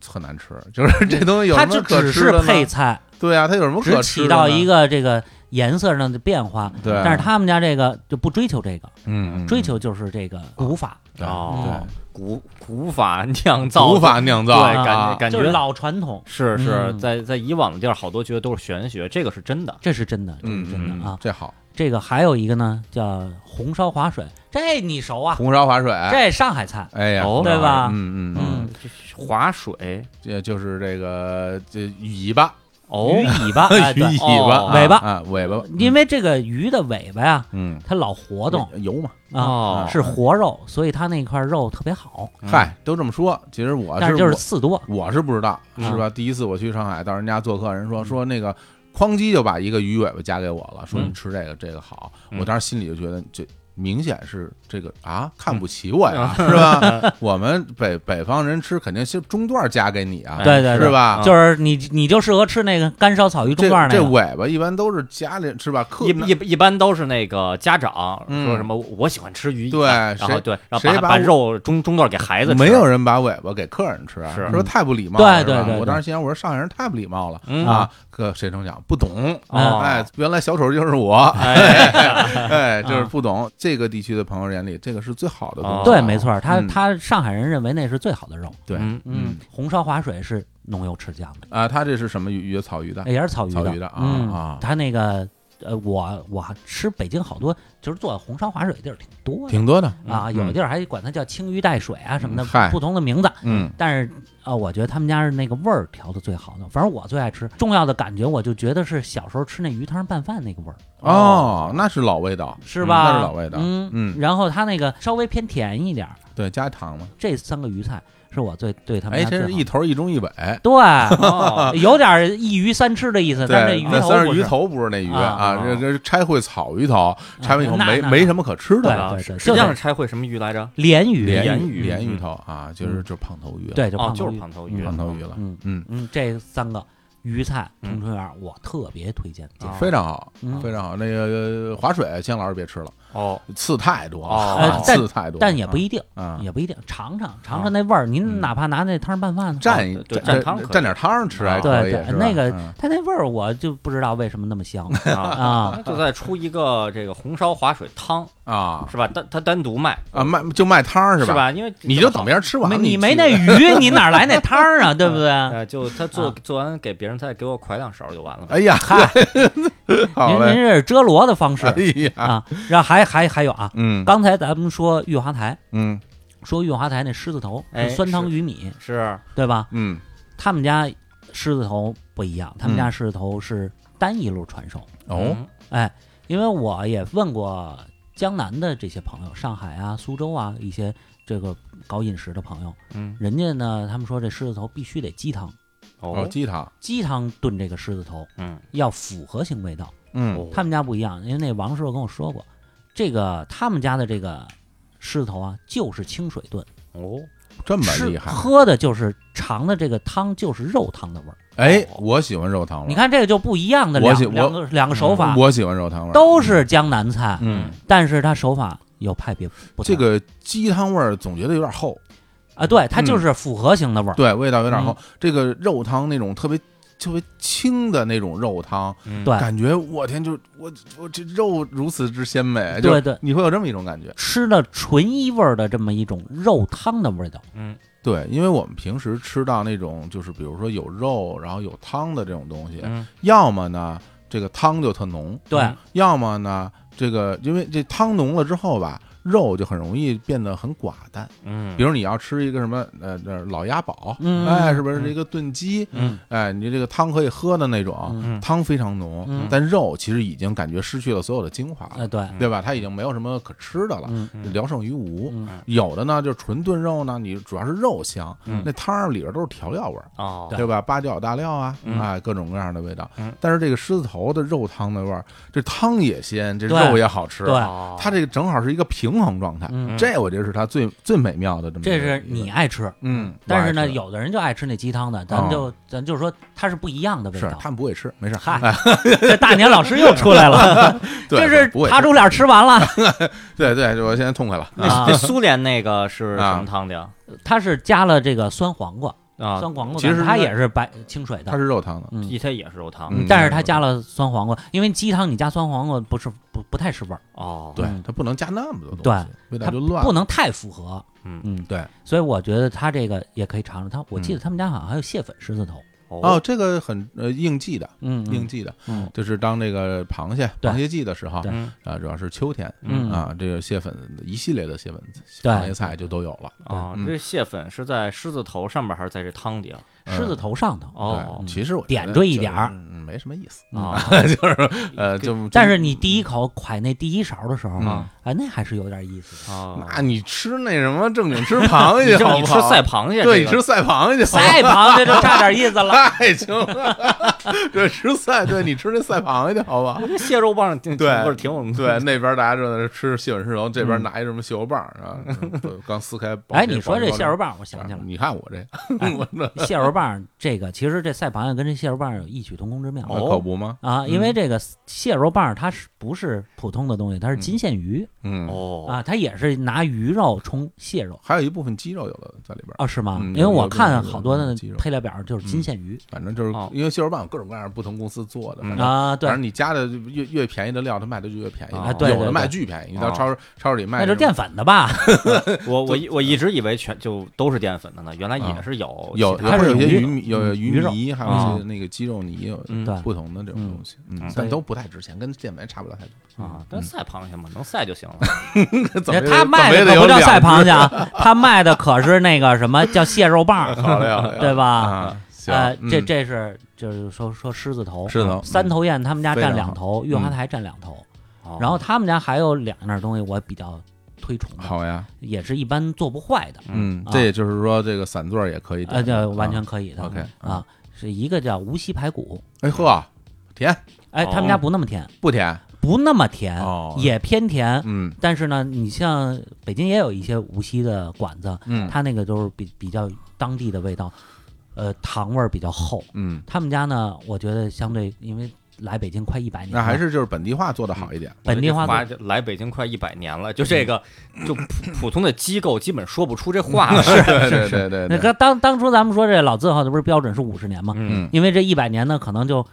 特难吃， 就是这东西有它什这么可只吃是的配呢？菜，对啊，它有什么只可吃起的呢？到一个这个颜色上的变化。对，但是他们家这个就不追求这个，嗯嗯追求就是这个古法，对哦对，古古法酿造，无法酿造，对，啊感感就是觉老传统，是是嗯在在以往的地儿，好多觉得都是玄学，这个是真的。这是真的，这嗯是真嗯的啊。这好这个还有一个呢，叫红烧划水，这你熟啊？红烧划水，这上海菜，哎呀，哦红烧对吧嗯嗯嗯，嗯，划水这就是这个这尾巴，哦，尾巴， 哎鱼对，尾哦巴，尾巴啊，尾巴，因为这个鱼的尾巴呀，嗯，它老活动油嘛，啊，哦，是活肉，所以它那块肉特别好，嗨，都这么说，其实我但啊是是就是我刺多，我是不知道，嗯是吧？第一次我去上海到人家做客，人说说那个哐叽就把一个鱼尾巴夹给我了，说嗯你吃这个这个好，嗯我当时心里就觉得这。明显是这个嗯啊，看不起我呀，是 吧？我们北北方人吃肯定是中段夹给你啊，对哎对对是吧？就是你你就适合吃那个干烧草鱼中这段那这个，尾巴一般都是家里是吧？客一一一般都是那个家长嗯说什么我喜欢吃鱼，对然后谁对，然后谁把把把我肉中中段给孩子吃，没有人把尾巴给客人吃啊，是说太不礼貌了。对是吧对对我当时心想，我说上海人太不礼貌了嗯啊！可谁成想不懂，哦哎，原来小丑就是我，哎，就是啊不懂这个地区的朋友眼里，这个是最好的东西。对，没错，他嗯他上海人认为那是最好的肉。对，嗯嗯，红烧划水是浓油赤酱的，哎啊，他这是什么鱼？鱼草鱼的也是草鱼草鱼的啊嗯啊它那个呃，我我还吃北京好多就是做红烧划水地儿挺多的挺多的，啊，有的地儿还管它叫青鱼带水啊什么嗯嗨的，不同的名字。嗯但是啊，我觉得他们家是那个味儿调的最好的，反正我最爱吃。重要的感觉，我就觉得是小时候吃那鱼汤拌饭那个味儿，哦，那是老味道，是嗯吧？那是老味道，嗯嗯然后它那个稍微偏甜一点儿，对，加糖嘛。这三个鱼菜是我最对他们哎，家最这好是的。一头一中一尾，对，哦，有点儿一鱼三吃的意思，但是啊对，鱼那头三不是鱼是头不是那鱼啊啊，啊这个拆会草鱼头，拆完以后那没那没什么可吃的 对了，啊对实对际上就是拆会什么鱼来着？鲢鱼，鲢鱼鲢鱼嗯头啊，就是就是胖头鱼了，对，就哦胖，就头是鱼胖头鱼，胖头鱼了，嗯嗯，嗯，这三个鱼菜，嗯青春园我特别推荐。啊非常好，嗯非常好。那个呃划水，姜老师别吃了，哦，刺太多了，哦呃但刺太多了，但也不一定，啊，嗯也不一定，尝尝尝尝那味儿，您哪怕拿那汤拌饭呢，蘸一哦对蘸蘸汤可以蘸点汤吃还可对以，对是，吧那个嗯它那味儿我就不知道为什么那么 香啊，啊。就再出一个这个红烧划水汤啊是吧？单它单独卖啊卖就卖汤是吧？因为你就等别人吃完没了，哎你你没去那鱼，你哪来那汤儿啊？对 不对？呃，就他做啊做完给别人再给我㧟两勺就完了呗。哎呀，嗨，好您您嘞，这是遮罗的方式哎呀，啊。然后还还还有啊，嗯刚才咱们说玉华台，嗯说玉华台那狮子头哎酸汤是鱼米，是，对吧？嗯他们家狮子头不一样，他们家狮子头是单一路传授。哦，嗯哎，因为我也问过江南的这些朋友，上海啊、苏州啊一些这个搞饮食的朋友，嗯，人家呢，他们说这狮子头必须得鸡汤，哦，嗯哦，鸡汤，鸡汤炖这个狮子头嗯，哦要符合性味道。嗯他们家不一样，因为那王师傅跟我说过，这个他们家的这个狮子头啊，就是清水炖，哦，这么吃厉害，喝的就是尝的这个汤就是肉汤的味儿。哎，我喜欢肉汤味儿，你看这个就不一样的我两喜两个两个手法，我喜欢肉汤味儿，都是江南菜，嗯，但是它手法有派别不同。这个鸡汤味儿总觉得有点厚，啊，对，它就是复合型的味儿。对，味道有点嗯厚。这个肉汤那种特别特别轻的那种肉汤，嗯对感觉我天就，我我这肉如此之鲜美，对就对你会有这么一种感觉。吃了纯一味儿的这么一种肉汤的味道，嗯对，因为我们平时吃到那种就是比如说有肉，然后有汤的这种东西，嗯，要么呢这个汤就特浓，对嗯要么呢这个因为这汤浓了之后吧，肉就很容易变得很寡淡。嗯，比如你要吃一个什么呃呃老鸭煲，嗯哎，是不是一个炖鸡？嗯，哎，你这个汤可以喝的那种，嗯汤非常浓，嗯但肉其实已经感觉失去了所有的精华呃，了，对，对吧？它已经没有什么可吃的了，嗯嗯聊胜于无。嗯有的呢，就是纯炖肉呢，你主要是肉香，嗯那汤儿里边都是调料味儿，哦，对吧？八角、大料啊，嗯啊，各种各样的味道嗯。但是这个狮子头的肉汤的味儿，这汤也鲜，这对肉也好吃，对哦它这个正好是一个平衡状态。嗯，这我觉得是它最最美妙的这么一个这是你爱吃，嗯，但是我呢，爱吃哦有的人就爱吃那鸡汤的，咱就咱就说它是不一样的味是道他。们不会吃，没事儿，哎嗨， 这大年老师又出来了， 对这是不会爬吃，猪脸吃 完了，对对，我现在痛快了。那啊那苏联那个是啊什么汤的呀？它是加了这个酸黄瓜，啊，酸黄瓜其实它是也是白清水它的，是肉汤的，嗯，它也是肉汤嗯但是它加了酸黄瓜，因为鸡汤你加酸黄瓜不是不不太是味儿，哦，对嗯，它不能加那么多东西，味对，道它就乱不了。能太复合，嗯嗯，对，所以我觉得它这个也可以尝尝。它我记得他们家好像还有蟹粉狮子头，哦，，这个很呃应季的，嗯应季的，嗯就是当这个螃蟹对螃蟹季的时候对嗯啊，主要是秋天嗯啊，这个蟹粉一系列的蟹粉对螃蟹菜就都有了。啊，嗯这蟹粉是在狮子头上面还是在这汤底啊？狮嗯子头上头嗯哦对，其嗯实我觉得点缀一这点儿哦嗯没什么意思，啊， 就是呃就但是你第一口蒯那第一勺的时候，嗯哎，那还是有点意思的。啊，那你吃那什么正经吃螃你 蟹这么好你不吃好？赛螃蟹，对，你这个吃赛螃蟹好不好，赛螃蟹就差点意 思了，太轻了，啊对，吃赛，对你吃那赛螃蟹去，好吧？这蟹肉棒挺对味儿挺有对，那边大家正在吃蟹粉狮头，这边拿一什么蟹肉棒啊， 嗯刚撕开。嗯哎，你说这蟹肉棒，我想起来啊了，你看我这，哎我这蟹肉棒这个其实这赛螃蟹跟这蟹肉棒有异曲同工之妙哦可不吗？啊，因为这个蟹肉棒它是不是普通的东西，它是金线鱼嗯，哦，啊，它也是拿鱼肉冲蟹肉还有一部分肌肉有的在里边，哦，是吗？嗯因为我有看有好多的有肌肉嗯配料表就是金线鱼反正就是哦因为蟹肉棒有各种各样不同公司做的，反嗯正啊，反对，正你加的越越便宜的料，它卖的就越便宜啊，对有对的对卖巨便宜，你到哦超市超市里卖那就是什么淀粉的吧？我我一我一直以为全就都是淀粉的呢，原来也是有有，其它他它是有些鱼鱼米有嗯鱼鱼肉泥，还有一些那个鸡肉泥，有 嗯对不同的这种东西，嗯嗯，但都不太值钱，跟淀粉也差不了太多。啊，但赛螃蟹嘛，能赛就行了。嗯怎么也得他卖的怎么也得可有不叫两赛只螃 蟹啊，他卖的可是那个什么叫蟹肉棒儿，好嘞，好嘞 对吧？嗯啊，行呃，这嗯这是就是说说狮子头，啊狮子头嗯三头雁他们家非常嗯占两头，月华台占两头，哦然后他们家还有两样东西我比较推崇的，好呀，也是一般做不坏的，嗯，啊这也就是说这个散座也可以呃，点，这完全可以啊的 OK，啊，是一个叫无锡排骨，哎呵，甜哎，哦他们家不那么甜，不甜？不那么甜哦，也偏甜。 嗯但是呢，你像北京也有一些无锡的馆子，嗯它那个就是比比较当地的味道，呃，糖味儿比较厚。嗯，他们家呢，我觉得相对因为来北京快一百年了，那还是就是本地化做的好一点，本地化妈的。这来北京快一百年了，就这个，就普普通的机构基本说不出这话嗯嗯啊了。是，啊对对对对那对，个当当初咱们说这老字号的不是标准是五十年吗？嗯嗯因为这一百年呢，可能就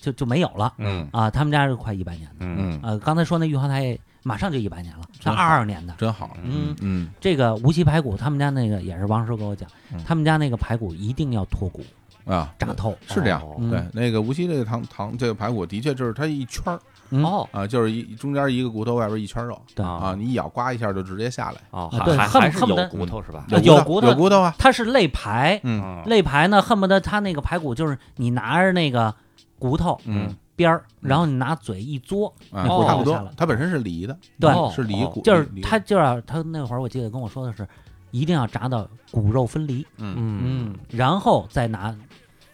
就就没有了嗯啊。他们家是快一百年的，嗯嗯，呃，刚才说那玉皇台也马上就一百年了，是真好二二年的。真好，嗯嗯这个无锡排骨，他们家那个也是王师傅跟我讲嗯，他们家那个排骨一定要脱骨，啊，炸透。是这样嗯哦。对，嗯那个无锡这个糖糖这个排骨的确就是它一圈儿嗯哦啊，就是一中间一个骨头，外边一圈肉对啊，你一咬刮一下就直接下来，哦，对还还恨还是恨不有得骨头是吧？呃有骨头哦有骨头啊，它是肋排，嗯嗯，肋排呢，恨不得它那个排骨就是你拿着那个骨头嗯，边儿，然后你拿嘴一嘬，啊那骨差头不就下来多了。它本身是梨的，嗯对，哦是梨骨，就是梨他就是要他那会儿我记得跟我说的是，一定要炸到骨肉分离，嗯然后再拿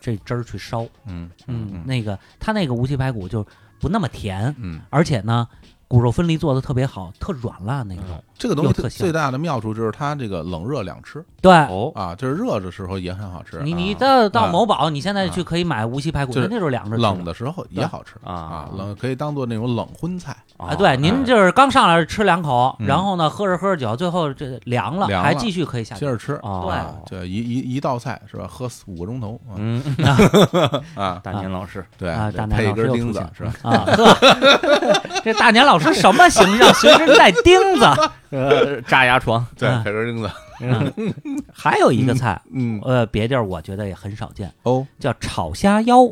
这汁儿去烧。嗯嗯那个他那个无锡排骨就不那么甜，嗯，而且呢骨肉分离做的特别好，特软烂那种。这个东又西特最香最大的妙处就是它这个冷热两吃对，哦啊，就是热的时候也很好吃，你你啊到到啊某宝，你现在去可以买无锡排骨，就是人家就是凉着吃冷的时候也好吃啊啊，冷可以当做那种冷荤菜，啊。对，您就是刚上来吃两口，哎嗯然后呢喝着喝着酒，最后这凉了，凉还了继续可以下接去。着吃哦啊，这一一一道菜是吧？喝四五个钟头啊嗯，啊，大年老师，对嗯啊，大，年配一老师根又钉出子现是吧？啊，呵， 这大年老师什么形象？随身带钉子。呃，扎牙床，对啊，配根钉子，还有一个菜，嗯，呃，别地儿我觉得也很少见，哦叫炒虾腰。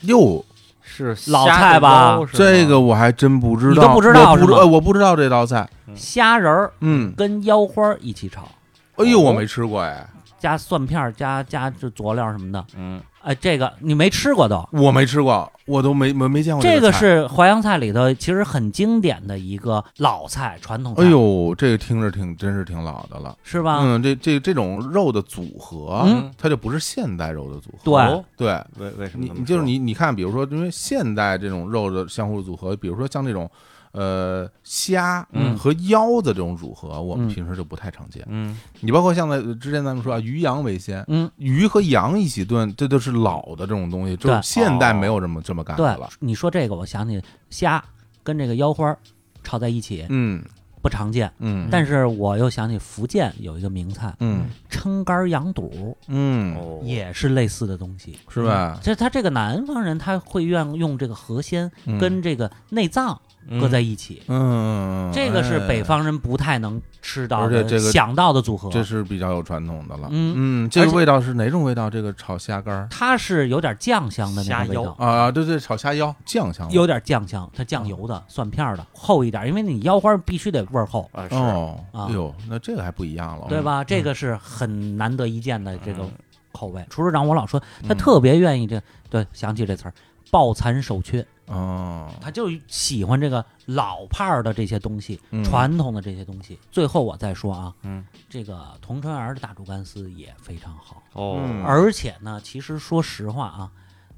哟，是老虾菜的吧腰是吗这个我还真不知你道，都不知道我不是知吗呃我不知道这道菜，虾仁儿嗯，跟腰花儿一起炒，哎呦，我没吃过哎，加蒜片儿，加加这佐料什么的。嗯哎，这个你没吃过都？我没吃过，我都没没没见过这个个菜。是淮扬菜里头其实很经典的一个老菜，传统菜，哎呦，这个听着挺真是挺老的了。是吧？嗯，这这这种肉的组合，嗯它就不是现代肉的组合。对哦对，为为什么你这么你就是说你，你看，比如说，因为现代这种肉的相互组合，比如说像这种呃虾嗯和腰子这种组合，我们嗯平时就不太常见。嗯你包括像在之前咱们说啊，鱼羊为先，嗯，鱼和羊一起炖，这都是老的这种东西，就是对现代没有这么这么干对的了。，你说这个，我想起虾跟这个腰花儿炒在一起嗯不常见，嗯但是我又想起福建有一个名菜，嗯撑杆儿羊肚嗯，哦也是类似的东西，嗯是吧？这他这个南方人他会愿用这个河鲜嗯跟这个内脏搁在一起，嗯，这个是北哎方人不太能吃到而的、且这个想到的组合。哎这是比较有传统的了。嗯，嗯，这而个且味道是哪种味道？这个炒虾干儿它是有点酱香的那虾个味腰道。啊，对对，炒虾腰酱香味有点酱香，它酱油的、蒜片儿的厚一点，因为你腰花必须得味儿厚，啊是哦，啊哎呦，那这个还不一样了，对？吧？这个是很难得一见的这个嗯口味。厨师长我老说他特别愿意这，对，想起这词儿，抱残守缺。哦，他就喜欢这个老派儿的这些东西，嗯传统的这些东西。最后我再说啊，嗯，这个铜川园的大煮干丝也非常好，嗯哦而且呢，其实说实话啊，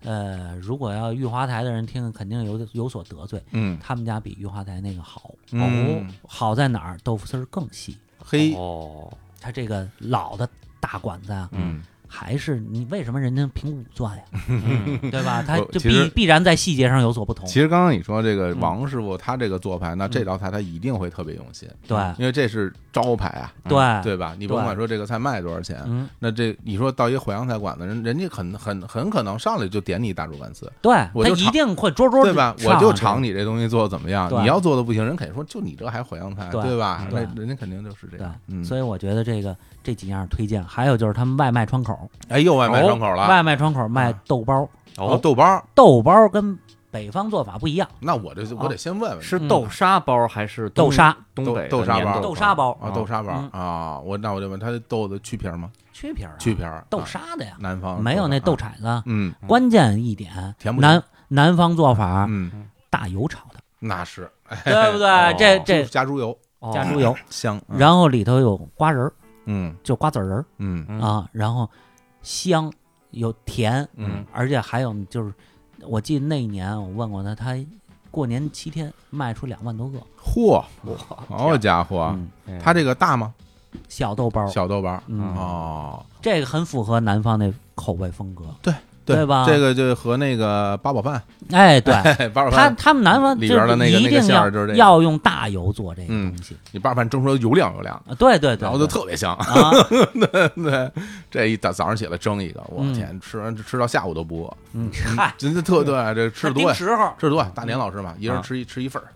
呃，如果要玉华台的人听，肯定有有所得罪。嗯，他们家比玉华台那个好，嗯哦，好在哪儿？豆腐丝儿更细。嘿，哦它这个老的大馆子啊，嗯，还是你为什么人家评武 钻呀，嗯对吧？它我就其实必必然在细节上有所不同其。实刚刚你说这嗯个王师傅他这个做派，那这道菜他一定会特别用心，对因为这是招牌啊，对，对吧？你甭哎对管说这个菜卖多少钱，嗯，那这你说到一淮扬菜馆子，人人家很很很可能上来就点你大煮干丝，对，我它就一尝定会桌桌对吧？我上就啊尝你这东西做的怎么样，对你要做的不行，人肯定说就你这还淮扬菜，对嗯对吧？那对人家肯定就是这对样。，嗯，所以我觉得这个这几样推荐，还有就是他们外卖窗口，哎呦，外卖窗口了，哦外卖窗口卖豆包，哦，哦豆包，豆包跟北方做法不一样，那我这我得先问问是嗯豆沙包还是豆东沙东北的豆豆沙粘包包豆沙包啊，豆沙包嗯啊，我那我就问他豆子去皮儿吗？缺皮儿、啊，去皮儿，豆啊沙的呀，南方没有那豆沙，铲子。啊嗯关键一点，甜不甜南南方做法、嗯，大油炒 的，那是对不对？哦这这加猪油哦加猪油，香，嗯然后里头有瓜仁儿，嗯就瓜子仁儿、嗯嗯啊，然后香有甜，嗯而且还有就是，我记得那一年我问过他，他过年七天卖出两万多个，嚯，哇好家伙，嗯，嗯它这个大吗？小豆包，小豆包嗯，哦，这个很符合南方那口味 风格。对对吧这个就和那个八宝饭，哎，对 八宝他饭，他们南方里就边的那是个一那个定馅要儿就是这个要用大油做这个嗯东西，你八宝饭蒸出来油亮油亮的。啊对对对，然后就对特别香，啊， 对，这一大早上起来蒸一个，我嗯天，吃完吃到下午都不饿，嗯，嗨，真的特对，这吃的那多呀盯，时候嗯吃的多呀，大年老师嘛，一人啊吃一吃一份儿，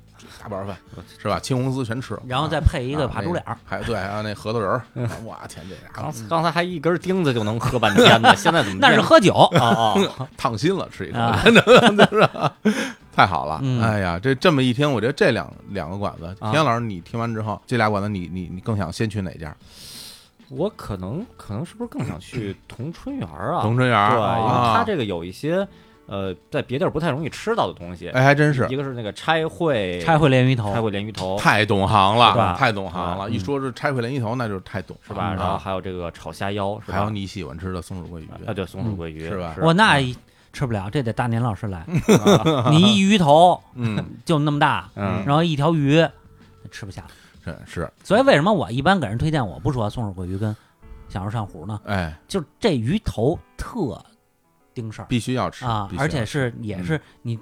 大碗饭是吧？青红丝全吃了，然后再配一个扒猪脸儿啊，那还对，还有那核桃仁 儿，哇天，这家伙刚刚才还一根钉子就能喝半天 呢，现在怎么那是嗯变喝酒，哦哦，烫心了，吃一口，啊 真的是吧太好了！嗯哎呀，这这么一听，我觉得这两两个馆子，啊田老师，你听完之后，这俩馆子你，你你更想先去哪家？ 我可能可能是不是更想去同春园儿啊？同春园儿，对，因为啊它，这个有一些呃，在别地儿不太容易吃到的东西。哎，还真是一个是那个拆烩，拆烩鲢鱼头拆，烩鲢鱼头太懂行了，吧太懂行了！嗯一说是拆回来一头，那就是太懂是吧？了然后啊还有这个炒虾腰是吧？还有你喜欢吃的松鼠桂鱼，啊，对，松鼠桂鱼嗯是吧我那吃不了，这得大年老师 来。啊你一鱼头嗯，就那么大，嗯然后一条鱼吃不下。是是，所以为什么我一般给人推荐，我不说松鼠桂鱼跟小肉上糊呢？哎，就这鱼头特盯事儿必须要吃啊必，须要而且是也嗯是你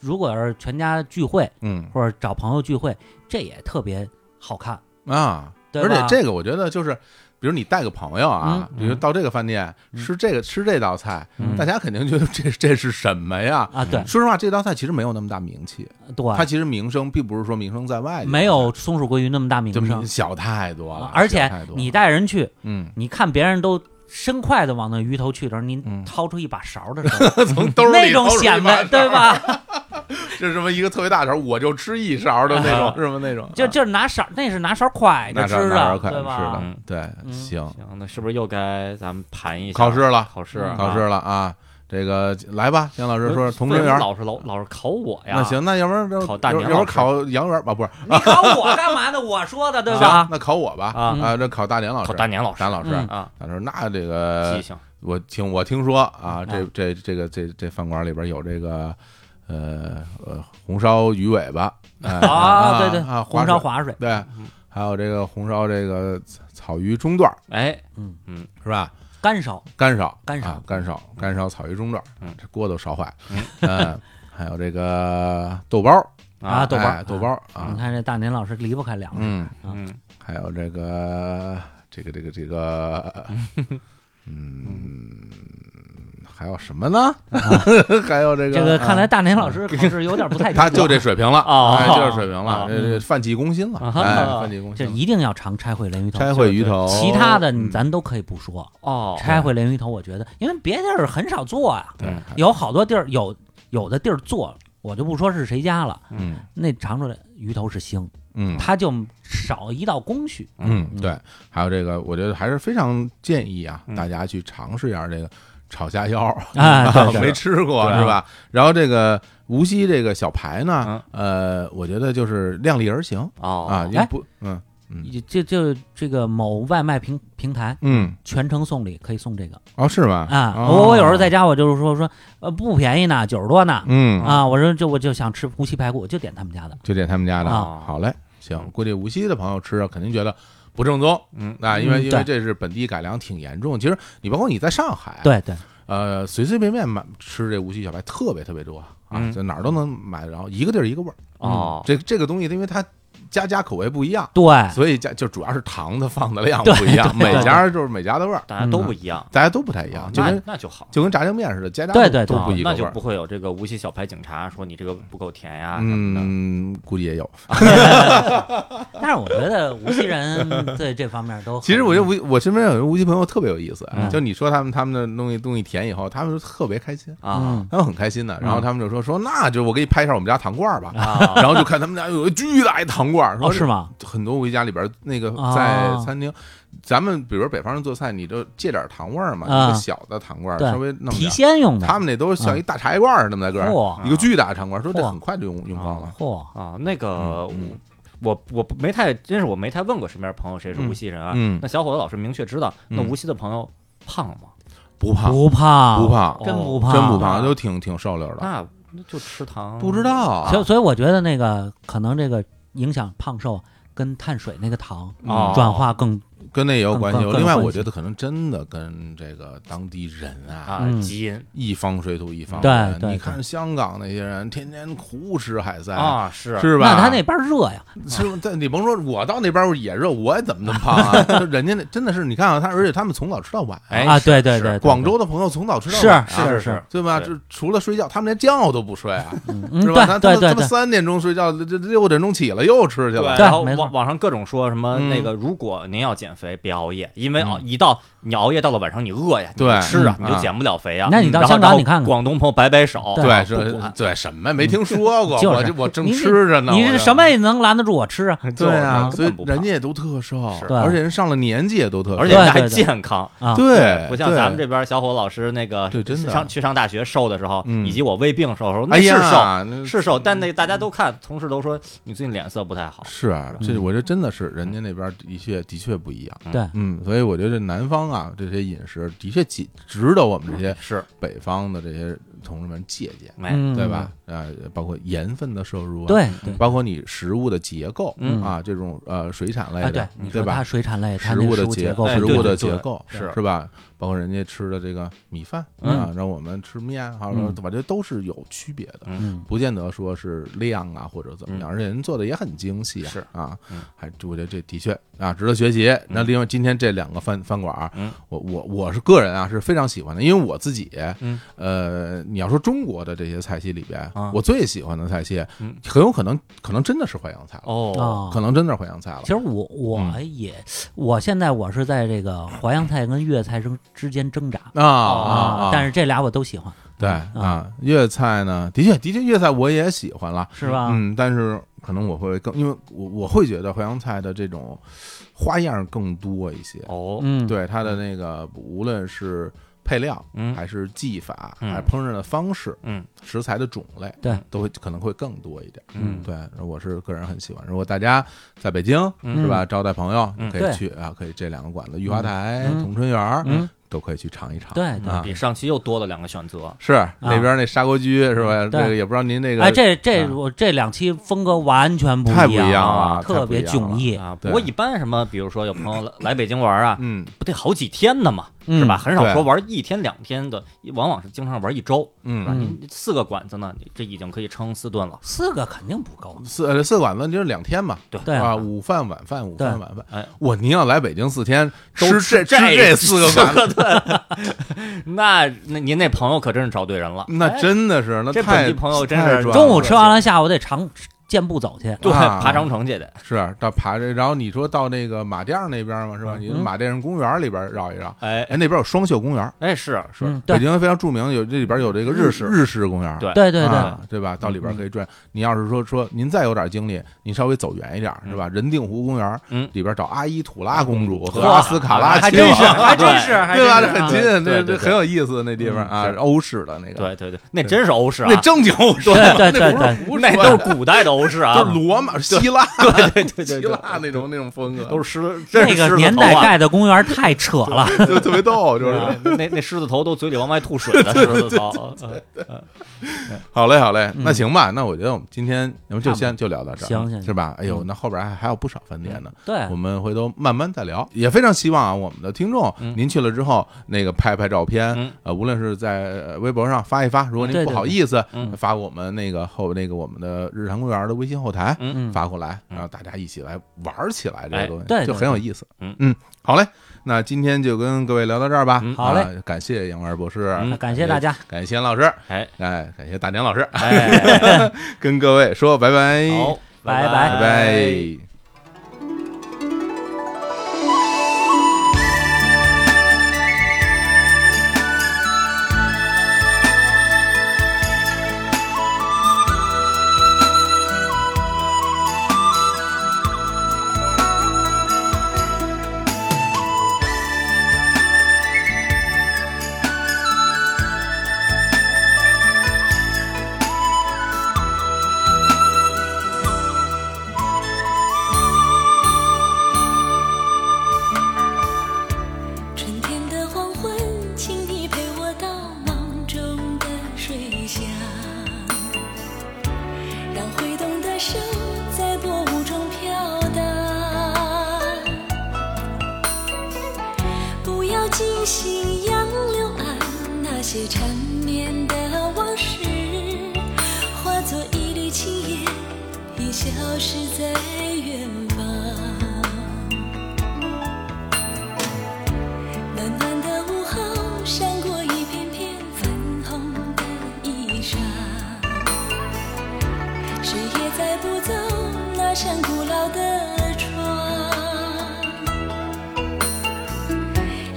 如果要是全家聚会嗯或者找朋友聚会，这也特别好看。啊，对而且吧这个我觉得就是，比如你带个朋友啊，嗯比如到这个饭店嗯吃这个吃这道菜，嗯大家肯定觉得这这是什么呀？啊，对说实话，这道菜其实没有那么大名气，嗯它对，其实名声并不是说名声在外，没有松鼠桂鱼那么大名就声名，小太多了啊，而小且太多了你带人去，，嗯你看别人都伸筷子往那鱼头去的时候，你嗯掏出一把勺的时候，从 兜里 那种掏出一显把摆，对吧？ 这是什么一个特别大勺，我就吃一勺的那 种啊，是吗？那种就啊就是拿勺，那是拿勺蒯那着这吃那的，儿快对吧？是的，对，嗯行，行，那是不是又该咱们盘一下考试了，考试嗯啊考试了啊！这个来吧，杨老师说同为春什么园。老是老老是考我哎呀？那，行，那要不然要考大年要要不然老师考杨园吧，啊不是 你考我干嘛呢？我说的对行吧？那考我吧啊啊，这考大年老师，考大年老师大年老师，嗯啊，他说那这记个性我听我听说啊，这啊这这个这这饭馆里边有这个呃呃红烧鱼尾巴哎啊，对对，啊，红烧嗯水划水，对，还有这个红烧这个草草鱼中段儿哎，嗯嗯，是吧？干烧，干烧，干烧啊干烧，干烧草鱼中段儿，嗯这锅都烧坏了。嗯，还有这个豆包儿啊嗯豆包儿哎豆包儿你啊，看这大年老师离不开粮食，嗯，嗯，还有这个这个这个这个，嗯，还有什么呢？ 还有这个这个看来啊大年老师考试有点 不太他就及格这水平了哦哎，就这水平了哦，这嗯这饭气攻心了，啊哎，饭气攻哦这心了。一定要尝拆烩鲢鱼头，拆烩鱼头，其他的嗯你咱都可以不说。哦，拆烩鲢鱼头，我觉得因为别地儿很少做啊，对，有好多地儿有有的地儿做，我就不说是谁家了，嗯那尝出来鱼头是腥，嗯它就少一道工序。嗯，嗯对，还有这个，我觉得还是非常建议啊，嗯大家去尝试一下这个炒虾腰儿，啊对是没吃过对啊是吧？然后这个无锡这个小排呢嗯，啊呃，我觉得就是量力而行哦哎啊，也不，嗯嗯这这这个某外卖平平台嗯，全程送礼可以送这个哦，是吗？啊！哦我我有时候在，家我就是说说呃不便宜呢，九十多呢嗯，啊！我说就我就想吃无锡排骨，我就点他们家的。就点他们家的，啊哦好嘞，行，估计无锡的朋友吃着肯定觉得不正宗。嗯那因为因嗯为对这是本地改良挺严重，其实你包括你在上海，对对，呃，随随便便买吃这无锡小排特别特别多啊，嗯在哪儿都能买，然后一个地儿一个味儿。哦，这这个东西，因为它家家口味不一样，对，所以家就主要是糖的放的量哎对不一样，对每对家就是每家的味儿，大家都不一样，啊大家嗯都不太一样，就那跟那就好。啊就跟炸酱面似的，家家对都对都对不一个那味就儿不。会有这个无锡小排警察说你这个不够甜啊呀什么的。嗯，估计也有。但是我觉得无锡人对这方面都 很其实我觉得无，我身边有人无锡朋友特别有意思，嗯就你说他们他们的东西东西甜以后，他们就特别开心，啊嗯他们很开心的。然后嗯他们就说说，那就我给你拍一下我们家糖罐 儿吧。啊，然后就看他们家有一巨大一糖罐儿，说哦是吗？很多回家里边儿那个啊在餐厅，咱们比如说北方人做菜，你就借点儿糖味儿嘛，啊一个小的糖罐儿对稍微弄提点儿。鲜用的，他们那都像一大茶叶罐儿那么大个嚯儿，一个巨大的糖罐儿，说这嚯很快就用用光了。嚯，啊，那个嗯嗯我我不没太，真是我没太问过身边朋友谁是无锡人啊。嗯嗯那小伙子老师明确知道，那嗯无锡的朋友胖吗？不胖，不胖啊不，胖，真不胖，真不啊胖，就挺挺瘦溜的。那那就吃糖，不知道所以啊，所以我觉得那个可能这个影响胖瘦跟碳水那个糖哦嗯转化更跟那也有关系。更更另外，有关系我觉得可能真的跟这个当地人啊，啊，嗯基因一方水土一方对人。对你对看香港那些人，天天胡吃海塞，啊，是是吧？那他那边热呀，是吧，但你甭说，我到那边儿也热，我也怎么那么胖啊？就人家那真的是，你看啊，他而且他们从早吃到晚啊，哎啊，是对对是对，对广州的朋友从早吃到是晚啊，是是是，对吧？对就除了睡觉，他们连觉都不睡啊，嗯，是吧？对他对他对他们对，三点钟睡觉，这这六点钟起来又吃去对，了。对然后没错网网上各种说什么嗯那个，如果您要减肥，别熬夜，因为熬嗯一到你熬夜到了晚上，你饿呀，你对吃啊，嗯你就啊减不了肥啊。那你到然后香港然后你看看广东朋友摆摆手，对对，不这管对什么没听说过？就是我这我正你吃着呢。你我是这什么也能拦得住我吃啊？对啊，就是所以根本不人胖家也都特瘦，对而且人上了年纪也都特瘦，而且对这还对对健康，啊，对，不像咱们对这边小伙老师那个对真的上去上大学瘦的时候，嗯以及我胃病瘦的时候，那哎是瘦呀，那是瘦，但那大家都看，同事都说你最近脸色不太好。是啊，这嗯我觉得真的是人家那边的确的确不一样。对嗯，所以我觉得南方啊这些饮食的确值值得我们这些是，北方的这些同志们借鉴，哎，嗯，对吧？？呃，包括盐分的摄入啊，，对对。包括你食物的结构嗯啊，这种呃水产类啊，的，你对说它吧？水产类，它食那物个的食物结构，哎食对物对的对结构是是吧？包括人家吃的这个米饭啊，让我们吃面，好，嗯我觉得都是有区别的。嗯，不见得说是量啊或者怎么样，而且人做的也很精细啊，嗯是啊嗯，还我觉得这的确啊值得学习。那另外今天这两个饭饭馆儿嗯，我我我是个人啊是非常喜欢的，因为我自己嗯，呃，你要说中国的这些菜系里边啊，我最喜欢的菜系嗯，很有可能可能真的是淮扬菜了，哦，哦可能嗯真的是淮扬菜了其。实我我哎也，我现在我是在这个淮扬菜跟粤菜之之间挣扎啊啊！哦但是是这俩我都喜欢，对嗯啊，粤菜呢，的确的确粤菜我也喜欢了，是吧？嗯，但是可能我会更，因为我我会觉得淮扬菜的这种花样更多一些。哦，嗯，对它的那个，无论是配料，嗯还是技法，嗯还是烹饪的方式，嗯，食材的种类，对，都会可能会更多一点。嗯对，我是个人很喜欢。如果大家在北京嗯是吧，招待朋友嗯可对以去啊，可以这两个馆子，御花台、嗯同春园嗯，都可以去尝一尝。对对啊比上期又多了两个选择，是那边那砂锅居是吧？对这个也不知道您那个哎，这这啊我这两期风格完全不太不样一样啊了特太不别一样迥了异。啊，不对过一般什么，比如说有朋友来来北京玩啊，嗯不得好几天呢嘛，嗯是吧？很少对说玩一天两天的，往往是经常玩一周，是吧？嗯。您四个馆子呢，这已经可以撑四顿了。四个肯定不够，四呃四馆子就是两天嘛，对对啊，午饭晚饭午对饭晚饭。哎，我您要来北京四天，都吃这吃吃这这四个馆子，那那您那朋友可真是找对人了，那真的是那哎这太本地朋友真太是赚中午了吃完了，下午得长健 步走去。对，啊 爬长城去得，是啊到爬这，然后你说到那个马甸儿那边嘛，是吧？你嗯马甸人公园里边绕一绕，哎哎，那边有双秀公园，哎是是，嗯，北对京非常著名，有这里边有这个日日式日式公园，对嗯对对对，啊对吧？到里边可以转。你要是说说您再有点精力，您稍微走远一点，是吧？人定湖公园，嗯里边找阿依土拉公主和哇阿斯卡拉还亲真王是，还真是，还对吧？这真很是啊近，对这对嗯这很有意思那地方啊是，欧式的那个，对对对，那真是欧式啊那，正经欧式，对对那不对是胡说那的，都是古代的欧式啊 就，是罗马、希腊、对对 对希对腊对，那种那种风格，都是狮，真那是狮个子年头代啊盖的公园太扯 了。就特别逗，就是对啊那那狮子头都嘴里往外吐水的狮子头，嗯好嘞，好嘞，嗯那行吧，那我觉得我们今天要么就先就聊到这儿，行行是吧？哎呦，嗯那后边还还有不少饭店嗯呢，哎对我，们回头慢慢再聊。也非常希望啊，我们的听众，嗯您去了之后，那个拍拍照片，嗯呃，无论是在呃微博上发一发，如果对您对不好意思，嗯发我们那个后那个我们的日常公园的微信后台。嗯嗯，发过来，嗯然后大家一起来玩儿起来，这哎个东西、对对就很有意思。嗯嗯，好嘞，那今天就跟各位聊到这儿吧。嗯好嘞啊，感谢杨文博士，嗯那感谢大家，感谢严老师，哎哎，感谢大年老师，哎，跟各位说拜拜，好，拜拜拜拜。心杨柳岸，那些缠绵的往事，化作一缕青烟，已消失在远方。暖暖的午后，闪过一片片粉红的衣裳。谁也载不走那扇古老的窗。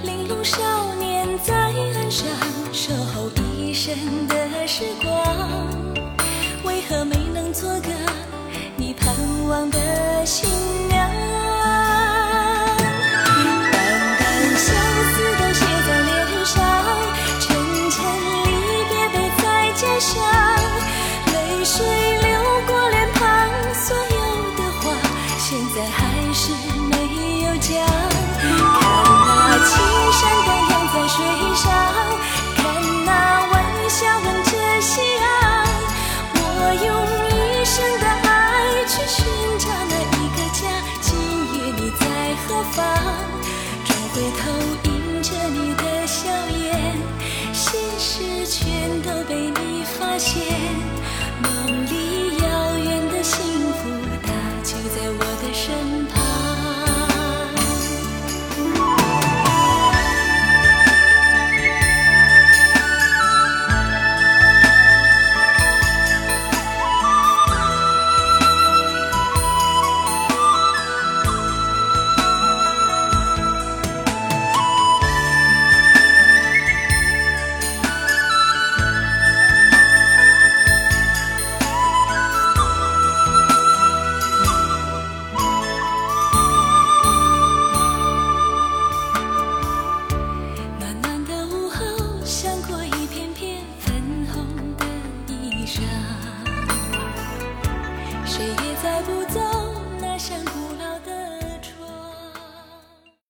玲珑少年在岸上守候一生的时光，为何没能做个你盼望的新娘？淡淡相思都写在脸上，沉沉离别背在肩上，泪水流过脸庞，所有的话现在还是没有讲。看那青山荡漾在水上，看那晚霞吻着夕阳，我用一生的爱去寻找那一个家，今夜你在何方？转回头迎着你的笑颜，心事全都被你发现，梦里遥远的幸福，它就在我的身旁。暖暖的午后，闪过一片片粉红的衣裳。谁也载不走